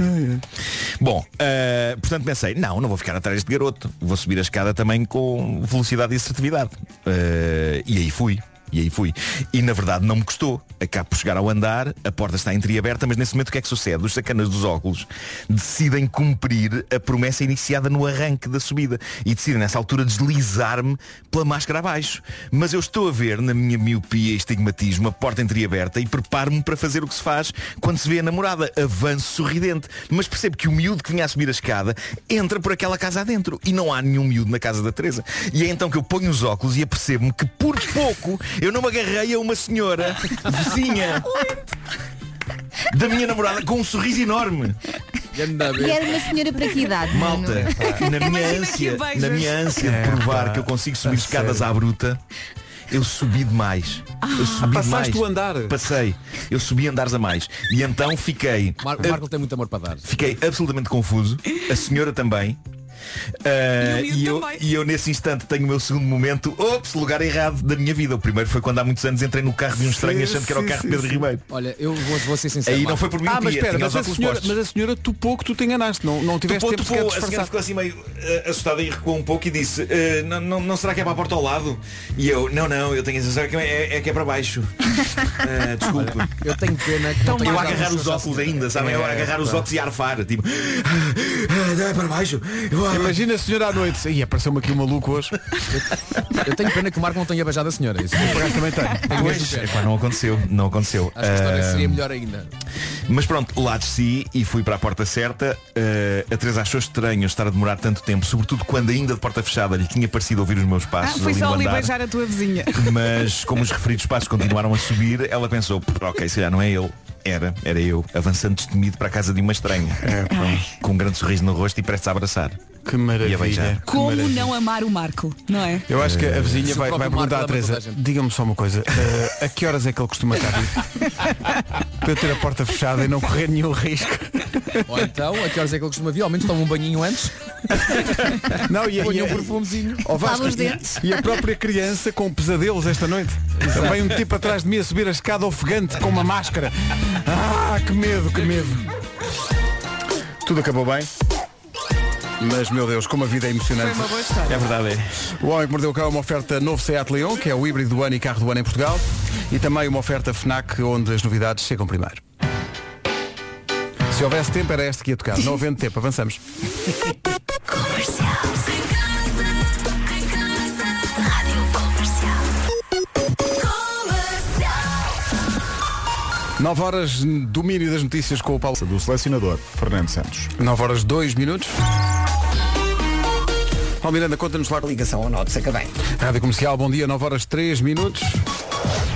Bom, ah, portanto pensei, não, não vou ficar atrás deste garoto. Vou subir a escada também com velocidade e assertividade. Ah, e aí fui. E aí fui. E na verdade não me custou. Acabo por chegar ao andar, a porta está entreaberta, mas nesse momento o que é que sucede? Os sacanas dos óculos decidem cumprir a promessa iniciada no arranque da subida e decidem nessa altura deslizar-me pela máscara abaixo. Mas eu estou a ver na minha miopia e estigmatismo a porta entreaberta e preparo-me para fazer o que se faz quando se vê a namorada. Avanço sorridente. Mas percebo que o miúdo que vinha a subir a escada entra por aquela casa adentro e não há nenhum miúdo na casa da Teresa. E é então que eu ponho os óculos e apercebo-me que por pouco eu não me agarrei a uma senhora vizinha da minha namorada com um sorriso enorme. E era uma senhora para que idade? é? Malta, Nuno? na minha, Imagina que ânsia, o beijas. na minha ânsia É, de provar que eu consigo subir escadas à bruta, eu subi demais. Ah, Eu subi passaste demais. o andar. Passei. Eu subi andares a mais. E então fiquei. Mar- O Marco tem muito amor para dar. Fiquei absolutamente confuso. A senhora também. Ah, E o miúdo eu, também. e eu, nesse instante tenho o meu segundo momento Ops, lugar errado da minha vida O primeiro foi quando há muitos anos entrei no carro de um estranho Sim, Achando que era o sim, carro de sim, Pedro sim. Ribeiro Olha, eu vou, vou ser sincero. Aí não Marco. foi por mim Ah, mas espera, mas a, senhora, mas a senhora, tu pouco, tu te enganaste. Não, não Tu tiveste pô- tempo tu sequer pô- de a senhora disfarçar. ficou assim meio eh, assustada e recuou um pouco e disse "Eh, não, não, não será que é para a porta ao lado? E eu, não, não, eu tenho a sensação que é, é que é para baixo Eh, Desculpe Eu tenho pena que não tenha Eu a dado agarrar um os sucesso. óculos ainda, sabem? Eu a agarrar os óculos e a arfar Tipo, "Ah, não, é para baixo Eu- ah, Imagina a senhora à noite. Ih, apareceu-me aqui um maluco hoje. Eu tenho pena que o Marco não tenha beijado a senhora. é Isso. Por acaso também tenho. Tenho mesmo Pois, pena. epá, é, não aconteceu, não aconteceu. Acho que a história Ah, seria melhor ainda. Mas pronto, lá desci e fui para a porta certa. Ah, a Teresa achou estranho estar a demorar tanto tempo, sobretudo quando ainda de porta fechada lhe tinha parecido ouvir os meus Ah, passos. foi ali só no ali andar. beijar a tua vizinha. Mas como os referidos passos continuaram a subir, ela pensou, "Pff, ok, se calhar não é ele. Era, era eu, avançando destemido para a casa de uma estranha. com um grande sorriso no rosto e prestes a abraçar. Que E a beijar. maravilha. que Como maravilha. não amar o Marco, não é? Eu acho que Eh, a vizinha Se o vai, vai próprio Marco perguntar à dá para toda a Teresa, gente. diga-me só uma coisa, eh, a que horas é que ele costuma estar aqui? Para eu ter a porta fechada e não correr nenhum risco. Ou então, a que horas é que ele costuma vir? Ao menos toma um banhinho antes. Não, e, Ponha um perfumezinho. Ó Vasco, Lava os dentes. e a própria criança com pesadelos esta noite. Vem um tipo atrás de mim a subir a escada ofegante com uma máscara. Ah, que medo, que medo. Tudo acabou bem. Mas, meu Deus, como a vida é emocionante. É verdade, é. O Homem que Mordeu o Cão é uma oferta novo Seat Leon, que é o híbrido do ano e carro do ano em Portugal. E também uma oferta FNAC, onde as novidades chegam primeiro. Se houvesse tempo, era este que ia tocar. Não havendo tempo, avançamos. Nove horas, domínio das notícias com o Paulo. Do selecionador Fernando Santos. 9 horas 2 minutos. Paulo Miranda, conta-nos lá. Ligação ao Norte, saca bem. Rádio Comercial, bom dia, 9 horas 3 minutos.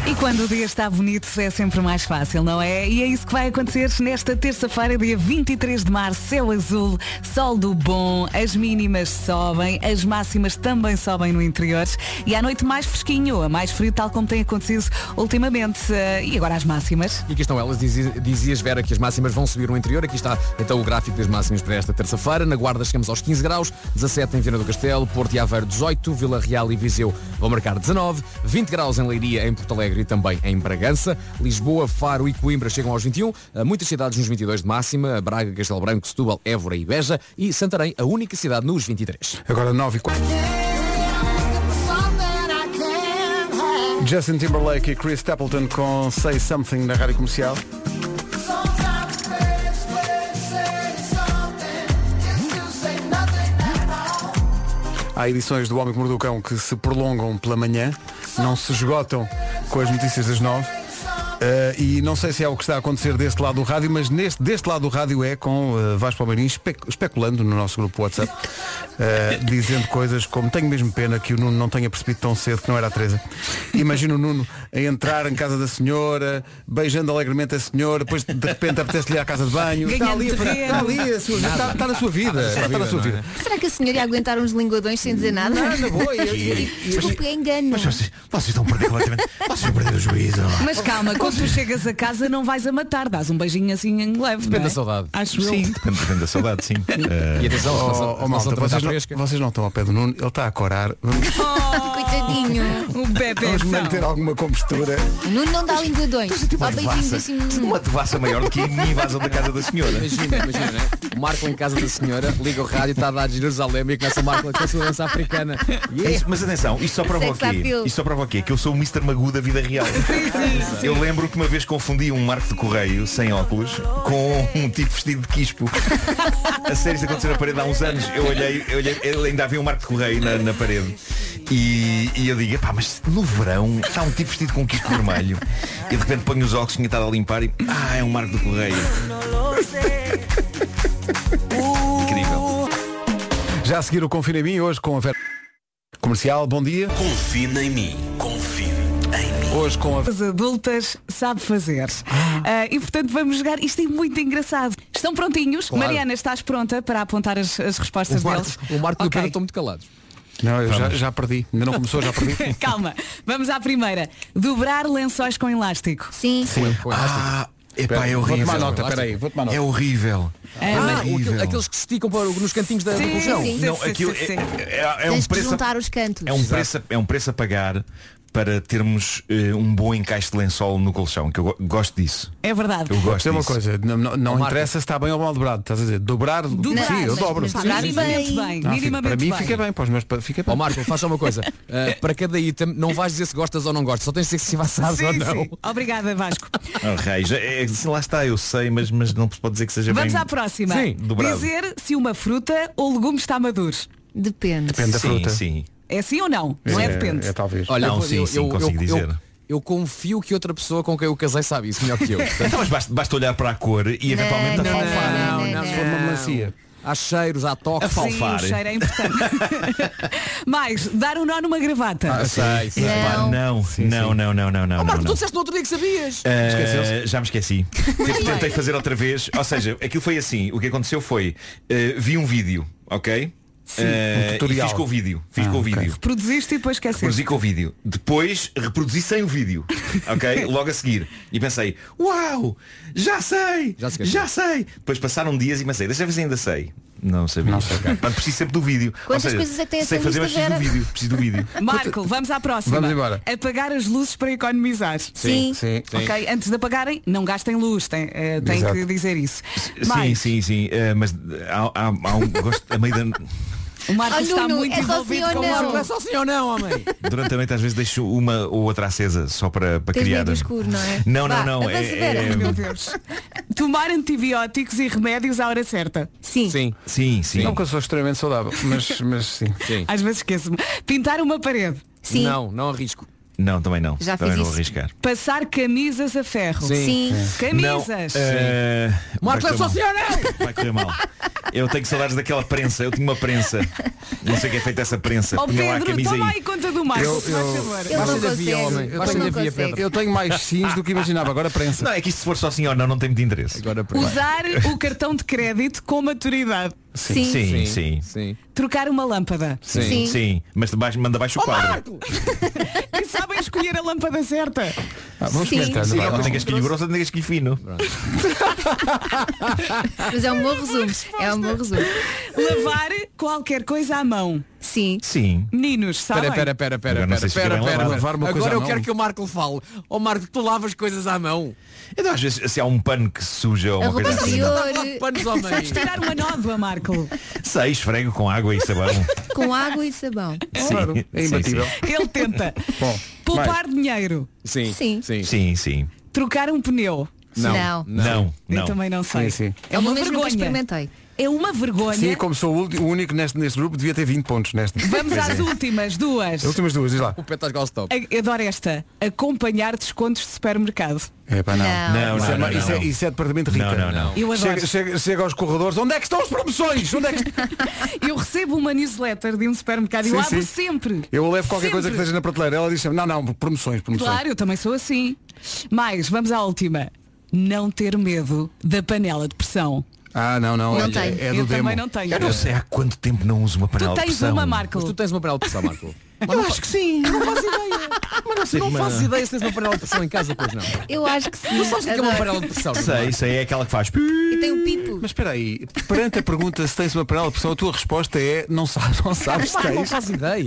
E quando o dia está bonito é sempre mais fácil, não é? E é isso que vai acontecer nesta terça-feira, dia 23 de março, céu azul, sol do bom, as mínimas sobem, as máximas também sobem no interior e à noite mais fresquinho, a mais frio, tal como tem acontecido ultimamente. Eh, E agora as máximas? E aqui estão elas, Dizia- dizias Vera que as máximas vão subir no interior, aqui está então o gráfico das máximas para esta terça-feira, na Guarda chegamos aos 15 graus, 17 em Viana do Castelo, Porto e Aveiro 18, Vila Real e Viseu vão marcar 19, 20 graus em Leiria, em Porto Alegre e também em Bragança, Lisboa, Faro e Coimbra chegam aos 21, eh, muitas cidades nos 22 de máxima, Braga, Castelo Branco, Setúbal, Évora e Beja e Santarém, a única cidade nos 23. Agora 9 e 4. Justin Timberlake e Chris Stapleton com Say Something na Rádio Comercial. Há edições do Homem que Mordeu o Cão que se prolongam pela manhã, não se esgotam com as notícias das nove. Eh, e não sei se é o que está a acontecer deste lado do rádio, mas neste, deste lado do rádio é com eh, Vasco Palmeirim espe- especulando no nosso grupo WhatsApp, eh, dizendo coisas como tenho mesmo pena que o Nuno não tenha percebido tão cedo que não era a Teresa. Imagino o Nuno a entrar em casa da senhora, beijando alegremente a senhora, depois de repente apetece-lhe ir à casa de banho. Está ali, a fazer- está ali a sua, está, está na sua vida. Nada. Está na sua vida. é? Será que a senhora ia aguentar uns linguadões sem dizer nada? Não, Ah, na boa, eu- eu- Desculpe, é engano. Vocês estão perdidos completamente. Vocês estão perdidos o juízo. Mas calma, quando tu chegas a casa não vais a matar, dás um beijinho assim em leve. Depende não é? da saudade. Acho eu. Sim. Depende, depende da saudade, sim. Eh, E atenção, a relação- a Oh, oh, malta, relação também está vocês, não, vocês não estão ao pé do Nuno, ele está a corar. Vamos, Coitadinho. O é Pepe vamos manter alguma compostura. Não, não dá linguadões. Dá uma beijinhos devassa. assim. Uma devassa maior do que a minha invasão da casa da senhora. Imagina, imagina, né? O Marco em casa da senhora liga o rádio, está a dar Jerusalém e começa o Marco com a sua dança africana. É isso, mas atenção, isto só prova o Sex quê? appeal. Isto só prova o quê? Que eu sou o Mr. Magu da vida real. Eu lembro que uma vez confundi um Marco de Correio sem óculos com um tipo vestido de quispo. A sério, isto aconteceu na parede há uns anos. Eu olhei, eu olhei ele ainda havia um Marco de Correio na, na parede. E, e eu digo, pá, mas no verão está um tipo vestido com um quispo vermelho. E de repente ponho os óculos, tinha estado a limpar e, ah, é um Marco de Correio. Incrível. Já a seguir o Confina em mim hoje com a Vera Comercial, bom dia. Confina em mim. Confina em mim. Hoje com a As adultas sabe fazer. Ah, e portanto vamos jogar. Isto é muito engraçado. Estão prontinhos? Claro. Mariana, estás pronta para apontar as, as respostas O Marco, deles? o Marco e o Ok. Pedro estão muito calados. Não, eu já, já perdi. Ainda não começou, já perdi. Calma, vamos à primeira. Dobrar lençóis com elástico. Sim. Sim. Ah, epá, é horrível. Vou tomar nota, peraí, vou tomar nota. É horrível. É, Ah, mas- aquele- aqueles que se esticam para, nos cantinhos da, da Sim, colchão. sim, Não, aquilo é, é- é um Tens que preço. juntar os cantos. É um, preço, é um preço a pagar para termos eh, um bom encaixe de lençol no colchão, que eu go- gosto disso. É verdade. Eu gosto Tem uma disso. coisa, não, não- não interessa se está bem ou mal dobrado, estás a dizer, dobrar, Dobrar, sim, eu mas- dobro. mas dobrar minimamente bem, Ah, fica- minimamente para mim bem. fica bem, para os meus pa- fica bem. Ó Marco, faz só uma coisa. Ah, para cada item, não vais dizer se gostas ou não gostas, só tens de dizer se vassas Sim, ou não. sim. Obrigada, Vasco. Ah, raios, é- é- lá está, eu sei, mas, mas não se pode dizer que seja Vamos bem à próxima. Sim, dobrado. Dizer se uma fruta ou legume está maduro. Depende. Depende da Sim, fruta. sim. É sim ou não? Não é, depende. Olha, Não, eu- sim, eu- sim, eu- consigo eu- dizer. Eu, eu confio que outra pessoa com quem eu casei sabe isso melhor que eu. Então, mas basta, basta olhar para a cor e eventualmente É a falfar. Não, não, se for uma melancia. Há cheiros, há A toques. falfar. Sim, o cheiro é importante. Mais, dar um nó numa gravata. Sei, sei. Epá, Não, não, não, não, não, não. não, não. disseste no outro dia que sabias. Eh, já me esqueci. Tipo, Tentei fazer outra vez. Ou seja, aquilo foi assim. O que aconteceu foi, eh, vi um vídeo, ok? Sim. Eh, Um e tutorial. fiz com o vídeo. Fiz com o vídeo. Produziste e depois Reproduzi esqueceste. com o vídeo. Depois reproduzi sem o vídeo. Ok? Logo a seguir. E pensei, uau! Já sei! Já, sei! Depois passaram dias e pensei, deixa eu ver se ainda sei. Não sabia. Não sei. Portanto, preciso sempre do vídeo. Ou Quantas coisas é que tem sei essa fazer, mas lista, preciso do Vera? vídeo. Preciso do vídeo. Marco, vamos à próxima. Vamos embora. Apagar as luzes para economizar. Sim, sim, sim. Ok, antes de apagarem, não gastem luz. Tem, eh, tem Exato. que dizer isso. Sim, Mais, sim, sim. Eh, mas há, há- há um gosto a meio da. o Marco Oh, está Nuno, muito é só envolvido sim ou com o não? Marco. É só sim ou não, homem? Durante a noite às vezes deixo uma ou outra acesa só para, para Tens criar. medo escuro, não é? Não, Vá, não, é, não. avança, Vera. Ai, meu Deus. Tomar antibióticos e remédios à hora certa. Sim. Sim. é, Sim, sim. Não que eu sou extremamente saudável, mas, mas sim. Às vezes esqueço-me. Pintar uma parede. não arrisco. Não, também não. Já também fiz não isso. vou arriscar. Passar camisas a ferro. Camisas. Não, eh, vai Marco, é correr só mal. sim ou não? Vai correr mal. Eu tenho saudades daquela prensa. Eu tinha uma prensa. Não sei o que é feito essa prensa. Ó Punha lá a Pedro, camisa toma aí. aí conta do Marcos, Eu- faz eu- favor. Ele não Baixa-lhe a via, consegue, homem. ele Baixa-lhe não a via, consegue. Pedro. Eu tenho mais sims do que imaginava, agora prensa. tá? Não, é que isto se for só sim ou não, não tem muito interesse. Agora Usar o cartão de crédito com maturidade. Sim, sim, sim. Trocar uma lâmpada. Sim, sim. Mas debaixo, manda baixo o quadro. E sabem escolher a lâmpada certa. vamos experimentando. Sim, ou tenho que escolher grosso ou tenho que escolher fino. Mas é um bom resumo. É um bom resumo. Lavar qualquer coisa à mão. Sim. Sim. Meninos, sabem? Pera, pera, pera, pera, Agora não sei se pera, fica pera, bem pera. lavado. Lavar uma coisa Agora à eu mão. quero que o Marco fale. Ó Marco, tu lavas coisas à mão. Então às vezes se há um pano que se suja ou uma coisa assim. Panos ao meio. Sabes tirar uma nova, Marco. Sei, esfrego com água e sabão. Com água e sabão. Sim, é imbatível. Ele tenta. Bom, Poupar dinheiro. Sim, Sim. sim. Sim, sim. Trocar um pneu. Não. Não. Eu Não. também não sei. Sim, sim. É uma Mesmo que eu vergonha. experimentei. É uma vergonha. Sim, como sou o, ulti- o único neste, neste grupo, devia ter 20 pontos neste. Vamos Pois às é. últimas duas. As últimas duas, diz lá. O Petas É Galstop. A- Adoro esta. Acompanhar descontos de supermercado. É pá, não. Não, isso, não, é, não, isso, É, não. isso é departamento rico. Não, não, não. Eu adoro. Chega, chega- chega aos corredores, onde é que estão as promoções? Onde é que... Eu recebo uma newsletter de um supermercado e Sim, eu abro sim. sempre. Eu levo qualquer Sempre. coisa que esteja na prateleira. Ela diz sempre, não, não, promoções, promoções. Claro, eu também sou assim. Mas vamos à última. Não ter medo da panela de pressão. Ah, não, não. Não olha, tenho. É do Eu demo. também não tenho. Eu não sei há quanto tempo não uso uma panela Tu de tens pressão. uma, Marco. Mas tu tens uma panela de pressão, Marco. Eu acho que sim. Não faço ideia. Mas não sei. Não Mas- faço ideia se tens uma panela de pressão em casa, pois não. Eu acho que sim. Tu sabes o que é uma Adoro. panela de pressão? não é? Sei, sei, é aquela que faz. E tem um pipo. Mas espera aí, perante a pergunta se tens uma panela de pressão, a tua resposta é não sabes, não sabes se Pá, Não tens. faço ideia.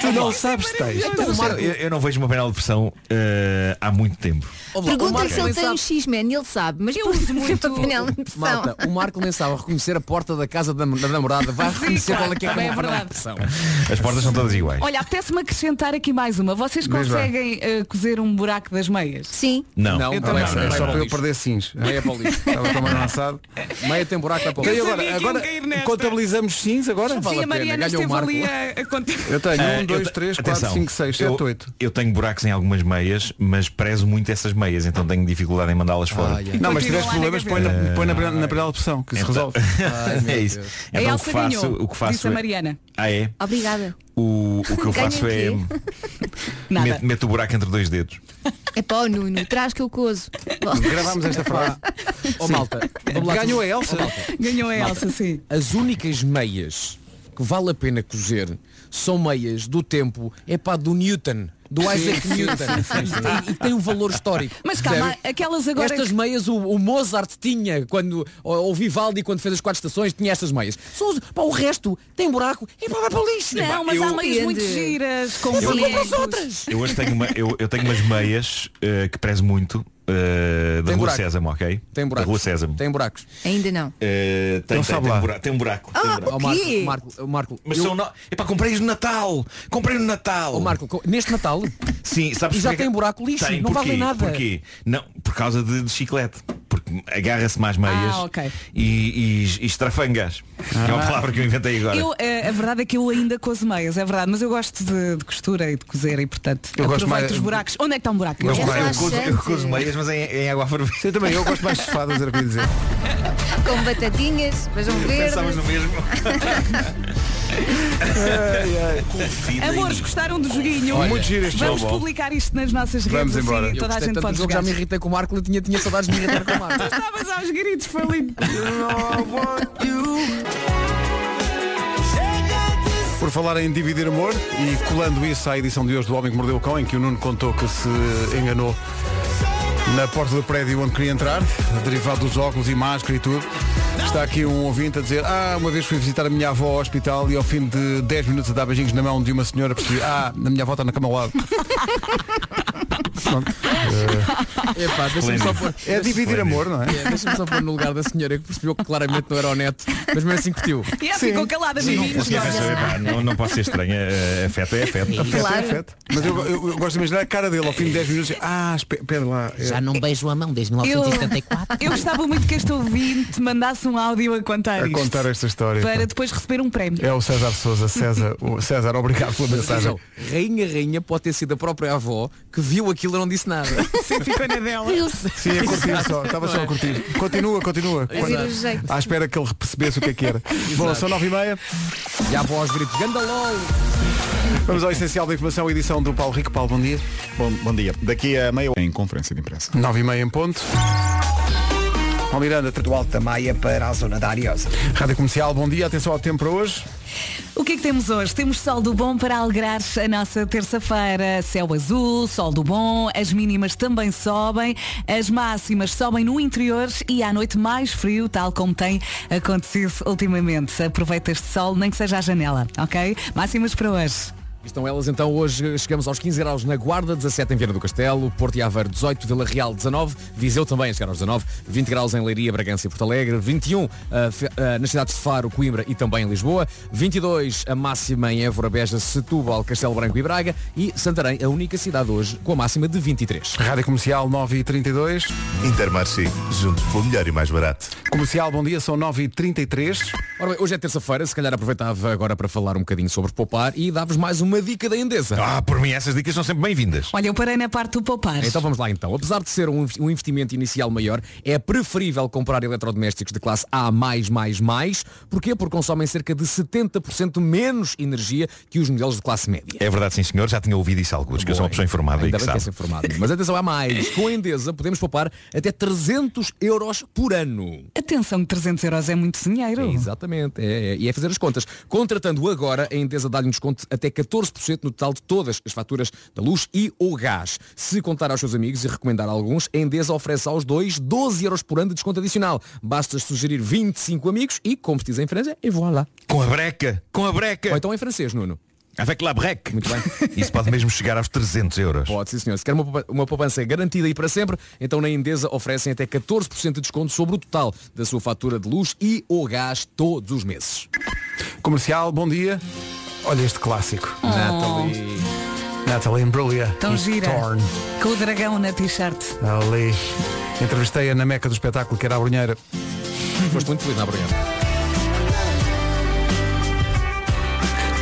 Tu não sabes se tens. Eu, eu- eu não vejo uma panela de pressão eh, há muito tempo. Olá, o Pergunta Marco se ele nem tem um sabe- X-Men, ele sabe, mas eu uso muito- panela de pressão. Marta, o Marco nem sabe reconhecer a porta da casa da, da namorada. Vai reconhecer claro, qual é que é, também uma é panela de verdade. pressão. As portas são todas iguais. Olha, apetece-me acrescentar aqui mais uma. Vocês Diz lá. conseguem eh, cozer um buraco das meias? Sim. Não. é Não, Eu não, também não, sei, não, é só não, para eu lixo. perder sims. Meia para o lixo. Estava tão lançado. Meia tem buraco, vai para o Ok, lixo. agora, agora contabilizamos sims agora? Vale Sim, a a pena, Mariana ganhou o esteve Marco. ali a, a contar. Eu tenho Eh, 1, eu 2, te- 3, 4, atenção, 5, 6, eu- 7, 8. Eu tenho buracos em algumas meias, mas prezo muito essas meias, então tenho dificuldade em mandá-las fora. Ai, ai. Não, mas se Continua tiveres lá na problemas, põe na, põe na, na primeira opção, que se Então- resolve. é isso. A Então o Elsa que faço, ganhou, o que faço disse a é- Mariana. Ah, é? Obrigada. O, o que eu Ganha faço é o Nada. meto, meto o buraco entre dois dedos. É pá, ó, Nuno, traz que eu cozo. Gravámos esta frase. Ó malta, vamos lá. Ganhou a Elsa. Ganhou a Elsa, sim. As únicas meias que vale a pena cozer são meias do tempo, é pá, do Newton, do Isaac Newton. E, tem, e tem um valor histórico. Mas calma, percebe? aquelas agora. Estas que- meias o, o Mozart tinha quando. Ou o Vivaldi quando fez as quatro estações tinha estas meias. Só os- pá, o resto tem buraco e pá, vai para o lixo. Não, mas há meias muito giras, com bonecos. Eu hoje tenho, uma, eu, eu tenho umas meias eh, que prezo muito eh, da Tem Rua buraco. Sésamo, ok? Tem Da buracos. Rua Sésamo. Tem buracos. Ainda não. Eh, tem, tem, sabe tem lá. buraco. Tem um buraco. tem um buraco. Ó, Marco, Marco, Marco, Mas Ah, eu- são no... Epá, comprei no Natal! Comprei no Natal! ó, Marco, co- neste Natal. Sim, sabes E já porquê tem que- buraco lixo, Tem, não porquê? vale nada. Porquê? Não, por causa de, de chiclete. Porque agarra-se mais meias Ah, ok. e, e, e estrafangas. Que Ah. é uma palavra que eu inventei agora. Eu, eh, a, verdade é que eu ainda cozo meias, é verdade, mas eu gosto de, de costura e de cozer e portanto Eu gosto aproveito mais- os buracos. Onde é que está um buraco? Eu, É eu cozo, eu relaxante. cozo meias, mas em, em água a ferver. Sim, também, eu gosto mais de cefadas, era o que eu ia dizer. Com batatinhas, vejam Pensavas verdes. no mesmo. É, Amores, gostaram do joguinho? Olha, Muito giro este Vamos jogo. publicar isto nas nossas Vamos redes assim, embora. Eu toda a gostei gente tanto do pode jogo, já jogar. me irritei com o Marco e tinha, tinha saudades de me irritar com o Marco. Estavas aos gritos, foi lindo. Por falar em dividir amor e colando isso à edição de hoje do Homem que Mordeu o Cão, em que o Nuno contou que se enganou na porta do prédio onde queria entrar, derivado dos óculos e máscara e tudo. Está aqui um ouvinte a dizer, ah, uma vez fui visitar a minha avó ao hospital e ao fim de 10 minutos a dar beijinhos na mão de uma senhora percebi, ah, a minha avó está na cama ao lado. Epá, deixa-me só pôr. É dividir amor, não é? É, Deixa-me só pôr no lugar da senhora que percebeu que claramente não era o neto, mas mesmo assim curtiu. E ela ficou calada, meninos. Sim, mas, epá, não, não pode ser estranho. eh, Afeto é afeto. Afeto, afeto. Mas eu, eu- eu gosto de imaginar a cara dele ao fim de 10 minutos, ah, espera espera lá. é- não beijo a mão desde Eu, eu gostava muito que este ouvinte mandasse um áudio a contar A isto. contar esta história. Para depois receber um prémio. É o César Souza. César, o César, obrigado pela Mas mensagem. atenção, rainha, rainha pode ter sido a própria avó que viu aquilo Camila não disse nada. Sim, ficou na dela. Sim, a curtir só, estava só a curtir. Continua, continua. É ir o jeito. à espera que ele percebesse o que é que era. Bom, Exato. são nove e meia. E há voz gritos, Gandalol! Vamos ao essencial da informação, edição do Paulo Rico. Paulo, bom dia. Bom, bom dia. Daqui a meia em conferência de imprensa. Nove e meia em ponto. Paulo Miranda, do Alto da Maia para a zona da Ariosa. Rádio Comercial, bom dia, atenção ao tempo para hoje. O que é que temos hoje? Temos sol do bom para alegrar a nossa terça-feira. Céu azul, sol do bom, as mínimas também sobem, as máximas sobem no interior e à noite mais frio, tal como tem acontecido ultimamente. Aproveita este sol, nem que seja à janela, ok? Máximas para hoje. Estão elas então hoje, chegamos aos 15 graus na Guarda, 17 em Viana do Castelo, Porto e Aveiro 18, Vila Real 19, Viseu também a chegar aos 19, 20 graus em Leiria, Bragança e Porto Alegre, 21 ah, fe- ah, nas cidades de Faro, Coimbra e também em Lisboa, 22 a máxima em Évora, Beja, Setúbal, Castelo Branco e Braga e Santarém, a única cidade hoje com a máxima de 23. Rádio Comercial 9 e 32. Intermarché, juntos pelo melhor e mais barato. Comercial, bom dia, são 9 e 33. Ora bem, hoje é terça-feira, se calhar aproveitava agora para falar um bocadinho sobre poupar e dar-vos mais uma dica da Endesa. Ah, por mim essas dicas são sempre bem-vindas. Olha, eu parei na parte do poupar. Então vamos lá então. Apesar de ser um inv- um investimento inicial maior, é preferível comprar eletrodomésticos de classe A++++, porquê? Porque consomem cerca de 70% menos energia que os modelos de classe média. É verdade, sim senhor, já tinha ouvido isso alguns, que eu sou é uma pessoa informada Ainda e que bem que sabe. és informado. Mas atenção, há mais. Com a Endesa podemos poupar até 300 euros por ano. Atenção que 300 euros é muito dinheiro. Exatamente, é, é, e é fazer as contas. Contratando agora, a Endesa dá-lhe um desconto até 14% no total de todas as faturas da luz e ou gás. Se contar aos seus amigos e recomendar a alguns, a Endesa oferece aos dois 12 euros por ano de desconto adicional. Basta sugerir 25 amigos e, como se diz em França, e voilà. Com a breca, com a breca. Ou então em francês, Nuno. Avec la breque. Muito bem. Isso pode mesmo chegar aos 300 euros. Pode, sim senhor. Se quer uma, poupa- uma poupança garantida e para sempre, então na Endesa oferecem até 14% de desconto sobre o total da sua fatura de luz e ou gás todos os meses. Comercial, bom dia. Olha este clássico. Oh. Natalie. Natalie Imbruglia. Tão e gira. Torn. Com o dragão na t-shirt. Ali. Entrevistei-a na meca do espetáculo, que era a Brunheira. Foste muito feliz é, na Brunheira.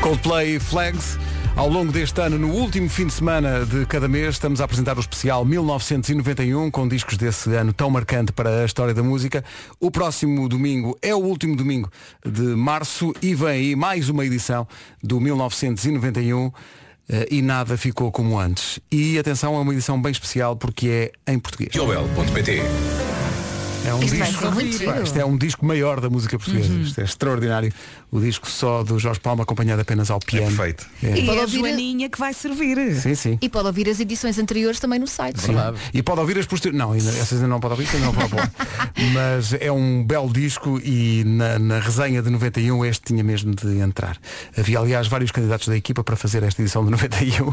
Coldplay e Flags. Ao longo deste ano, no último fim de semana de cada mês, estamos a apresentar o especial 1991, com discos desse ano tão marcante para a história da música. O próximo domingo é o último domingo de março e vem aí mais uma edição do 1991. eh, E nada ficou como antes. E atenção, é uma edição bem especial porque é em português. Joel.pt É um Isto vai disco. correr muito Pá, giro. Uhum. Isto é um disco maior da música portuguesa. Isto é extraordinário. O disco só do Jorge Palma acompanhado apenas ao piano. perfeito. E E pode a ouvir a- Joaninha que vai servir. Sim, sim. E pode ouvir as edições anteriores também no site. Sim. E pode ouvir as posteriores. Não, ainda- essas ainda não pode ouvir, ainda não pode pôr. Mas é um belo disco e na, na resenha de 91 este tinha mesmo de entrar. Havia, aliás, vários candidatos da equipa para fazer esta edição de 91,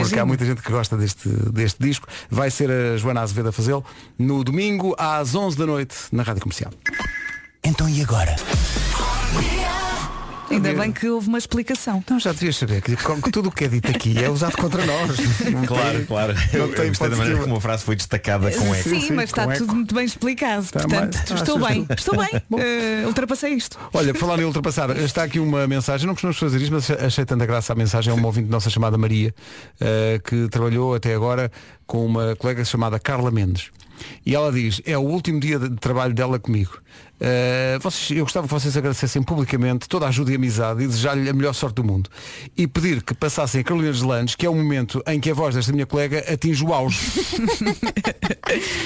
porque há muita gente que gosta deste, deste disco. Vai ser a Joana Azevedo a fazê-lo no domingo às 11 da noite na Rádio Comercial. Então e agora? Ainda bem que houve uma explicação. Não, Então, já devias saber que como que tudo o que é dito aqui é usado contra nós. Não Claro, tem- claro. Não Eu tem gostei da hipótese maneira nenhuma. como a frase foi destacada com eco. Sim, mas está tudo muito bem explicado. Portanto, mais- estou achas? bem, estou bem. Eh, ultrapassei isto. Olha, por falar em ultrapassar, está aqui uma mensagem, não costumamos fazer isto, mas achei tanta graça a mensagem, é uma ouvinte nossa chamada Maria, eh, que trabalhou até agora com uma colega chamada Carla Mendes. E ela diz, é o último dia de de trabalho dela comigo. Eh, vocês- eu gostava que vocês agradecessem publicamente toda a ajuda e amizade e desejar-lhe a melhor sorte do mundo. E pedir que passassem a Carolina de Landes, que é o momento em que a voz desta minha colega atinge o auge.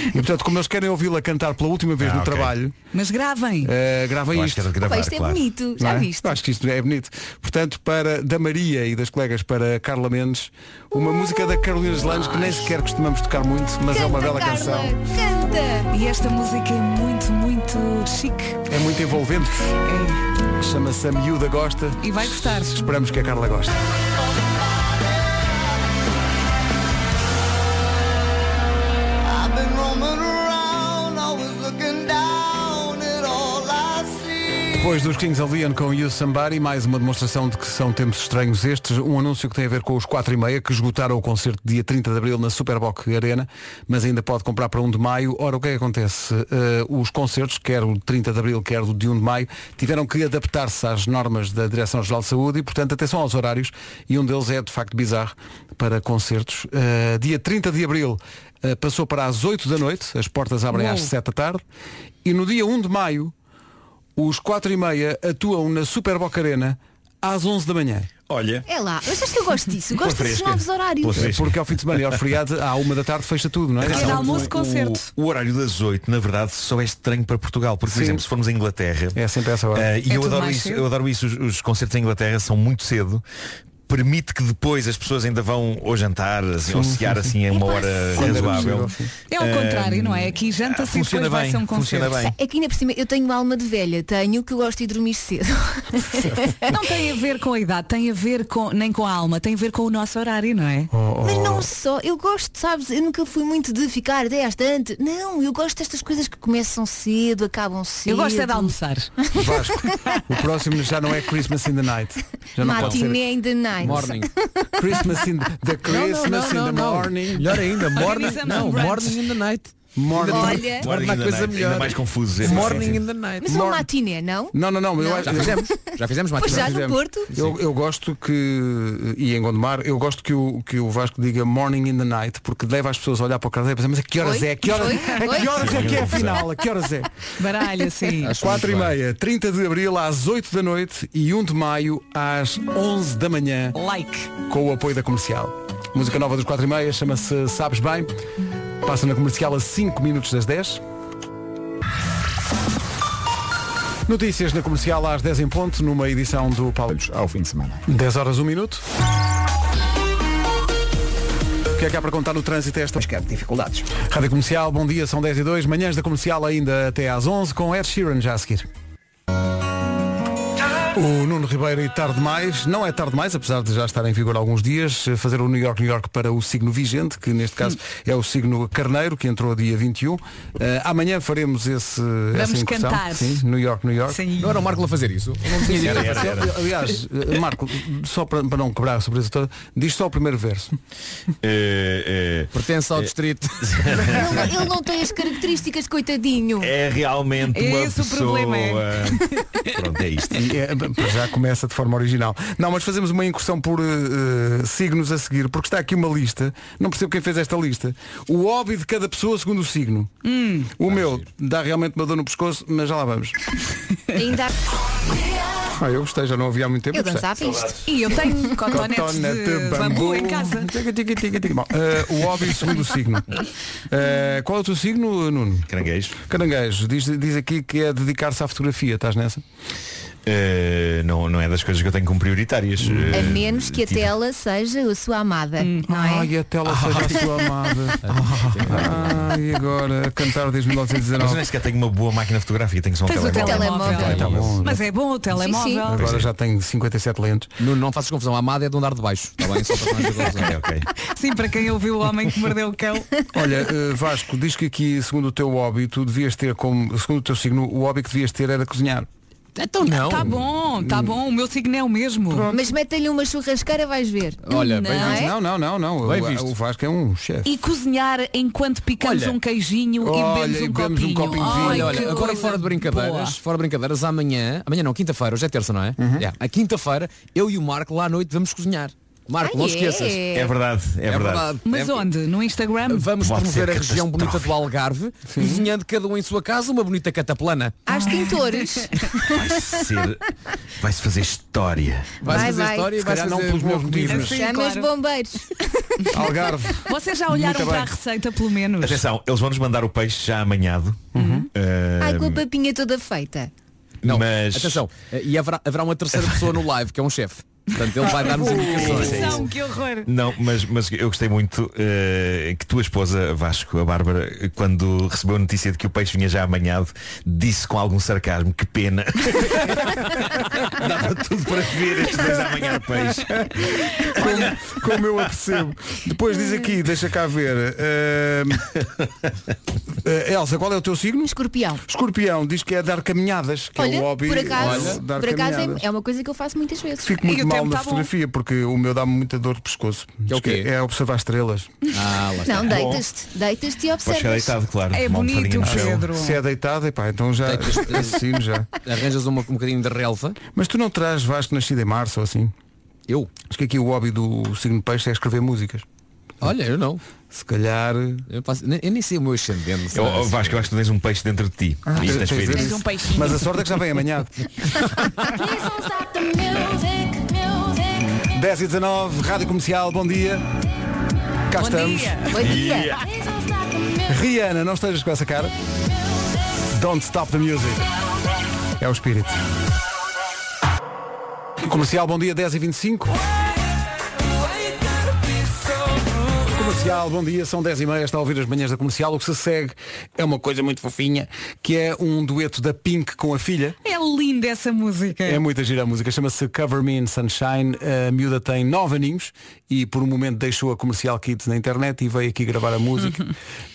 e portanto, como eles querem ouvi-la cantar pela última vez Ah, no ok. trabalho, Mas gravem. eh, grava Eu acho isto. que era de gravar, Opa, isto é claro. bonito, já Não é? viste? Eu Acho que isto é bonito. Portanto, para da Maria e das colegas para Carla Mendes, uma música da Carolina Landes que nem sequer costumamos tocar muito, mas é uma bela canção. Canta! E esta música é muito, muito chique. É, É muito envolvente. Chama-se A Miúda Gosta. E vai gostar. Esperamos que a Carla goste. I've been roaming around, always looking down at all I see. Depois dos Kings of Leon com You Somebody, mais uma demonstração de que são tempos estranhos estes. Um anúncio que tem a ver com os 4 e meia, que esgotaram o concerto dia 30 de Abril na Superboc Arena, mas ainda pode comprar para 1 de Maio. Ora, o que é que acontece? Uh, os concertos, quer o 30 de Abril, quer o de 1 de Maio, tiveram que adaptar-se às normas da Direção-Geral de Saúde e, portanto, atenção aos horários. E um deles é, de facto, bizarro para concertos. Uh, dia 30 de Abril uh, passou para às 8 da noite, as portas abrem às 7 da tarde, e no dia 1 de Maio, os 4 e meia atuam na Super Boca Arena às 11 da manhã. Olha. É lá, eu acho que eu gosto disso. Pela Gosto desses fresca. novos horários. É porque ao fim de semana e ao feriado, à uma da tarde, fecha tudo, não é? Atenção, então, o- O, o horário das 8, na verdade, só é estranho para Portugal. Porque, por Sim. exemplo, se formos à Inglaterra. É sempre essa hora. eh, e É eu tudo adoro, mais isso, cedo. eu adoro isso. Os, os concertos em Inglaterra são muito cedo. Permite que depois as pessoas ainda vão ao jantar, assim, ao Sim, cear sim, assim, a uma hora Quando era razoável. possível, É ao Eh, contrário, não é? Aqui janta-se e funciona depois vai bem, ser um funciona concerto. bem. É que ainda por cima eu tenho uma alma de velha, tenho que eu gosto de dormir cedo. Não Então tem a ver com a idade, tem a ver com, nem com a alma, tem a ver com o nosso horário, não é? Mas Oh. não só, eu gosto, sabes, eu nunca fui muito de ficar até às tantas. Não, eu gosto destas coisas que começam cedo, acabam cedo. Eu gosto é de almoçar. Vasco, o próximo já não é Christmas in the Night. Já não pode ser. Matiné in the night. Morning. Christmas in the, the Não, não, Christmas não, não, in the não. morning. Melhor ainda, morning. Organizamos Não, um brunch. morning in the night. Morning. Olha. Morning in the coisa night, melhor. ainda mais confuso. é, sim, sim, Morning sim. in the night. Mas é um matiné, não? Não, não, não, mas eu Não. acho- Já fizemos. Já fizemos Pois mais já, no fizemos. Porto? Eu, eu gosto que, e em Gondomar, eu gosto que o, que o Vasco diga morning in the night, porque leva as pessoas a olhar para o cadeira e pensar, mas a que horas Oi? é? A que horas, Oi? a que Oi? horas é que é a final? A que horas é? Baralha, sim. Às 4 e meia, 30 de Abril às 8 da noite e 1 de Maio às 11 da manhã. Like. Com o apoio da Comercial. Música nova dos 4 e meia, chama-se Sabes Bem. Passa na Comercial a 5 minutos das 10. Notícias na Comercial às 10 em ponto, numa edição do Paulo. Ao fim de semana. 10 horas 1 minuto. O que é que há para contar no trânsito a esta? Mas que dificuldades. Rádio Comercial, bom dia, são 10 e 2, manhãs da Comercial ainda até às 11, com Ed Sheeran já a seguir. O Nuno Ribeiro e Tarde Mais, não é tarde mais, apesar de já estar em vigor há alguns dias, eh, fazer o New York, New York para o signo vigente, que neste caso é o signo carneiro, que entrou dia 21. Eh, amanhã faremos esse, essa Vamos incursão. cantar. Sim, New York, New York. Não era o Marco a fazer isso? Eu não tinha Sim, ideia. era, era, era. é Aliás, eh, Marco, só para, para não quebrar a surpresa toda, diz só o primeiro verso. É, Pertence É. ao distrito. Ele, ele não tem as características, coitadinho. É realmente É uma esse o pessoa. problema, Pronto, é isto. E, eh, para já começa de forma original. Não, mas fazemos uma incursão por eh, eh, signos a seguir, porque está aqui uma lista. Não percebo quem fez esta lista. O hobby de cada pessoa segundo o signo. Hum. Ah, o meu dá realmente uma dor no pescoço, mas já lá vamos. Ainda Ah, eu gostei, já não havia há muito tempo. eu um gostei. dançava isto. E eu tenho cotonetes Cotonete de bambu em casa. Tica, tica, tica, tica. Bom, eh, o hobby segundo o signo. Eh, qual é o teu signo, Nuno? Caranguejo. Caranguejo. Diz, diz aqui que é dedicar-se à fotografia. Estás nessa? Eh, não, não é das coisas que eu tenho como prioritárias. É. Eh, A menos que a tela seja a sua amada. não é? Hum. Ai, a Ah. tela seja a sua amada. Ai, agora, a cantar desde Mas é 1919. nem sequer tenho uma boa máquina fotográfica, tenho só um Tens o telemóvel. Ah, então, telemóvel. Telemóvel. Mas é bom o telemóvel. Agora é. já tenho 57 lentes. Nuno, não faças confusão. A amada é de um andar de baixo. Está bem? Só para fazer confusão. É. Sim, para quem ouviu o homem que mordeu o cão. Olha, eh, Vasco, diz que aqui, segundo o teu hobby, tu devias ter como, segundo o teu signo, o hobby que devias ter era cozinhar. Então não. Hum. Tá bom, tá bom, o meu signo é o mesmo. Mas mete-lhe uma churrasqueira, vais ver. Olha, Não bem visto. é? Não, não, não, não. Bem o, visto. o Vasco é um chefe. E cozinhar enquanto picamos Olha. um queijinho Olha, e bebemos e um bebemos um copinho. copinho de vinho. Ai, Olha, olha, que agora coisa fora de brincadeiras, boa. fora de brincadeiras, amanhã, amanhã não, quinta-feira, hoje é terça, não é? Yeah. A quinta-feira, eu e o Marco lá à noite vamos cozinhar. Marco, Ah, não é? esqueças. É verdade, é, verdade. Mas um É- onde? No Instagram? Vamos Pode ser promover a região bonita catastrófico. do Algarve, cozinhando cada um em sua casa uma bonita cataplana. Às tintores. Vai ser. Vai-se fazer história. Vais Vai, fazer vai. história e Se vais calhar não fazer pelos meus boa motivos, comida. mas- Chama os bombeiros. Algarve. Vocês já olharam Muito para bem. a receita, pelo menos. Atenção, eles vão-nos mandar o peixe já amanhado. Ah, Ai, com a papinha toda feita. Não, eh, Mas- atenção, e haverá, haverá uma terceira pessoa no live, que é um chefe. Portanto, ele vai dar-nos indicações. São, que horror. Não, mas, mas eu gostei muito eh, que tua esposa, Vasco, a Bárbara, quando recebeu a notícia de que o peixe vinha já amanhado, disse com algum sarcasmo, que pena. Dava tudo para ver estes dois amanhã de peixe. Como, como eu a percebo. Depois diz aqui, deixa cá ver. eh, eh, Elsa, qual é o teu signo? Escorpião. Escorpião, diz que é dar caminhadas, que Olha, é o hobby. por acaso, Olha, dar por acaso caminhadas. é, é uma coisa que eu faço muitas vezes. Fico muito mal na fotografia porque o meu dá-me muita dor de pescoço. Que é o quê? É observar estrelas. Ah, Não, deitas-te, deitas-te e observas. É Se é deitado, epá, então já assassino já. Arranjas uma, um bocadinho de relva. Mas tu não traz Vasco nascido em março ou assim? Eu? Acho que aqui o hobby do signo de peixe é escrever músicas. Olha, eu não. Se calhar. Eu, faço- nem- eu nem sei o meu ascendente. Eu, sabe? oh, Vasco, eu acho que tu tens um peixe dentro de ti. Ah, Isto é tens- tens tens- feito. tens um peixinho. Mas a sorte é que já vem amanhã. 10 e 19, Rádio Comercial, bom dia. Cá Bom estamos. dia. Bom dia. Yeah. Rihanna, não estejas com essa cara. Don't stop the music. É o espírito. Comercial, bom dia, 10 e 25. Comercial, bom dia, são 10 e meia, está a ouvir as manhãs da comercial. O que se segue é uma coisa muito fofinha, que é um dueto da Pink com a filha. É linda essa música. É muita gira a música, chama-se Cover Me in Sunshine. A miúda tem nove aninhos e por um momento deixou a Comercial Kids na internet e veio aqui gravar a música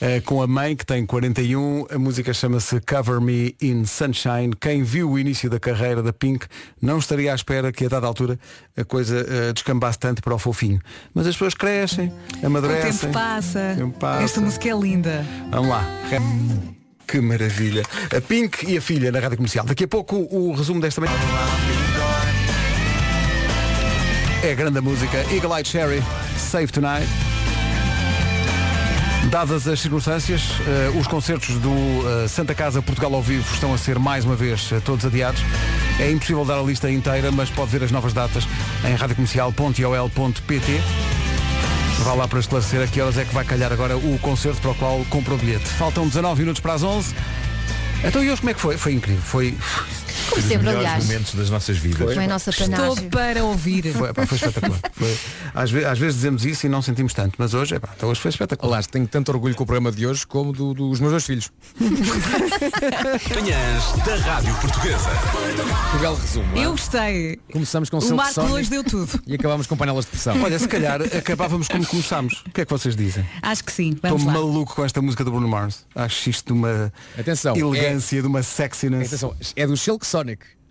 eh, com a mãe, que tem 41. A música chama-se Cover Me in Sunshine. Quem viu o início da carreira da Pink não estaria à espera que a dada altura a coisa eh, descambasse tanto para o fofinho. Mas as pessoas crescem, amadurecem. O tempo passa. O tempo passa. Esta música é linda. Vamos lá. Que maravilha. A Pink e a filha na rádio comercial. Daqui a pouco o resumo desta manhã. É a grande música Eagle Eye Cherry, Save Tonight. Dadas as circunstâncias, eh, os concertos do eh, Santa Casa Portugal ao vivo estão a ser mais uma vez eh, todos adiados. É impossível dar a lista inteira, mas pode ver as novas datas em radiocomercial.ol.pt. Vá lá para esclarecer a que horas é que vai calhar agora o concerto para o qual comprou o bilhete. Faltam 19 minutos para as 11. Então e hoje como é que foi? Foi incrível. Foi... Como sempre, melhores aliás. momentos das nossas vidas. Foi a nossa Estou panagem. para ouvir. Foi, epá, foi espetacular. Foi- às, ve- às vezes dizemos isso e não sentimos tanto, mas hoje, epá, então hoje foi espetacular. Aliás, tenho tanto orgulho com o programa de hoje como do- dos meus dois filhos. Manhãs da Rádio Portuguesa. Portugal resumo. é? Eu gostei. Começamos com um O Silk Marco Sonic hoje deu tudo. E acabámos com panelas de pressão. Olha, se calhar acabávamos como começámos. O que é que vocês dizem? Acho que sim. Estou Vamos lá. maluco com esta música do Bruno Mars. Acho isto de uma Atenção, elegância, de uma sexiness. Atenção, é do Silk Sonic.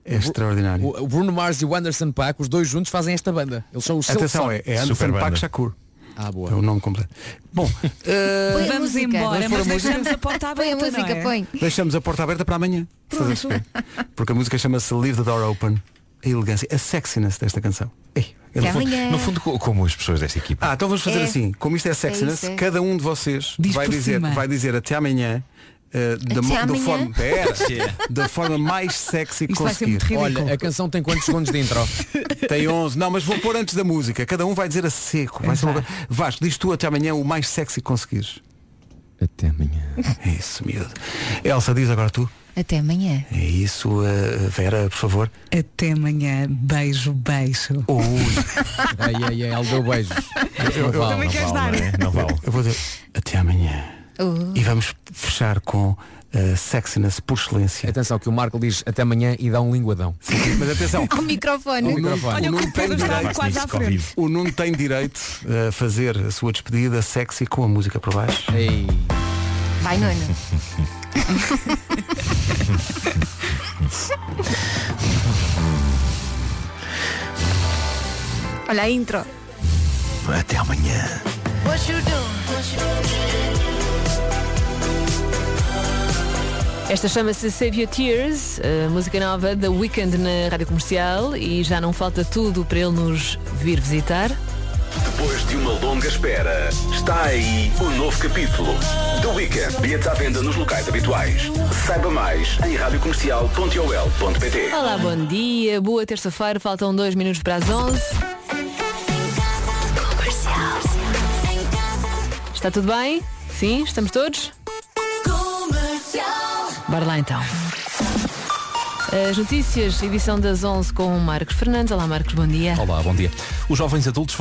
É extraordinário. O o Bruno Mars e o Anderson Paak, os dois juntos, fazem esta banda. Eles são os Silk Atenção, é, Sonic. é Anderson Paak Shakur. Ah, boa. É o nome completo. Bom, eh, Põe a Vamos música. embora, Vamos mas pôr a deixamos a porta aberta. Põe a música, não é? põe. deixamos a porta aberta para amanhã. Estás a perceber? Porque a música chama-se Leave the Door Open. A elegância, a sexiness desta canção. É, Ei, eu No não vou- fundo, no fundo, co- como as pessoas desta equipa. Ah, então vamos fazer É. assim. Como isto é sexiness, É isso, é. cada um de vocês Diz vai por dizer, cima. vai dizer até amanhã. eh, da, Até mo- da amanhã. forma, Pera, Sim. da forma mais sexy que Isto vai ser muito conseguir. ridículo. Olha, a canção tem quantos segundos de intro? Tem 11. Não, mas vou pôr antes da música. Cada um vai dizer a seco. Vai ser uma... coisa- Vasco, diz tu até amanhã o mais sexy que conseguires. Até amanhã. É isso, miúdo. Elsa, diz agora tu. Até amanhã. É isso, eh, Vera, por favor. Até amanhã. Beijo, beijo. Ai, ai, ai, ele deu beijos. Eu- eu- Também queres dar? é? Não vale. Eu vou dizer até amanhã. E vamos fechar com eh, sexiness por excelência. Atenção, que o Marco diz até amanhã e dá um linguadão. Mas atenção, Ao microfone. O Nuno- o Nuno tem direito- O Nuno tem direito a fazer a sua despedida sexy com a música por baixo. Vai, Nuno. Olha a intro. Até amanhã. Esta chama-se Save Your Tears, a música nova da Weekend na Rádio Comercial e já não falta tudo para ele nos vir visitar. Depois de uma longa espera, está aí o novo capítulo. The Weekend. Bilhetes à venda nos locais habituais. Saiba mais em radiocomercial.ol.pt Olá, bom dia, boa terça-feira, faltam dois minutos para as 11. Está tudo bem? Sim, estamos todos? Bora lá então. As notícias, edição das 11 com Marcos Fernandes. Olá, Marcos, bom dia. Olá, bom dia. Os jovens adultos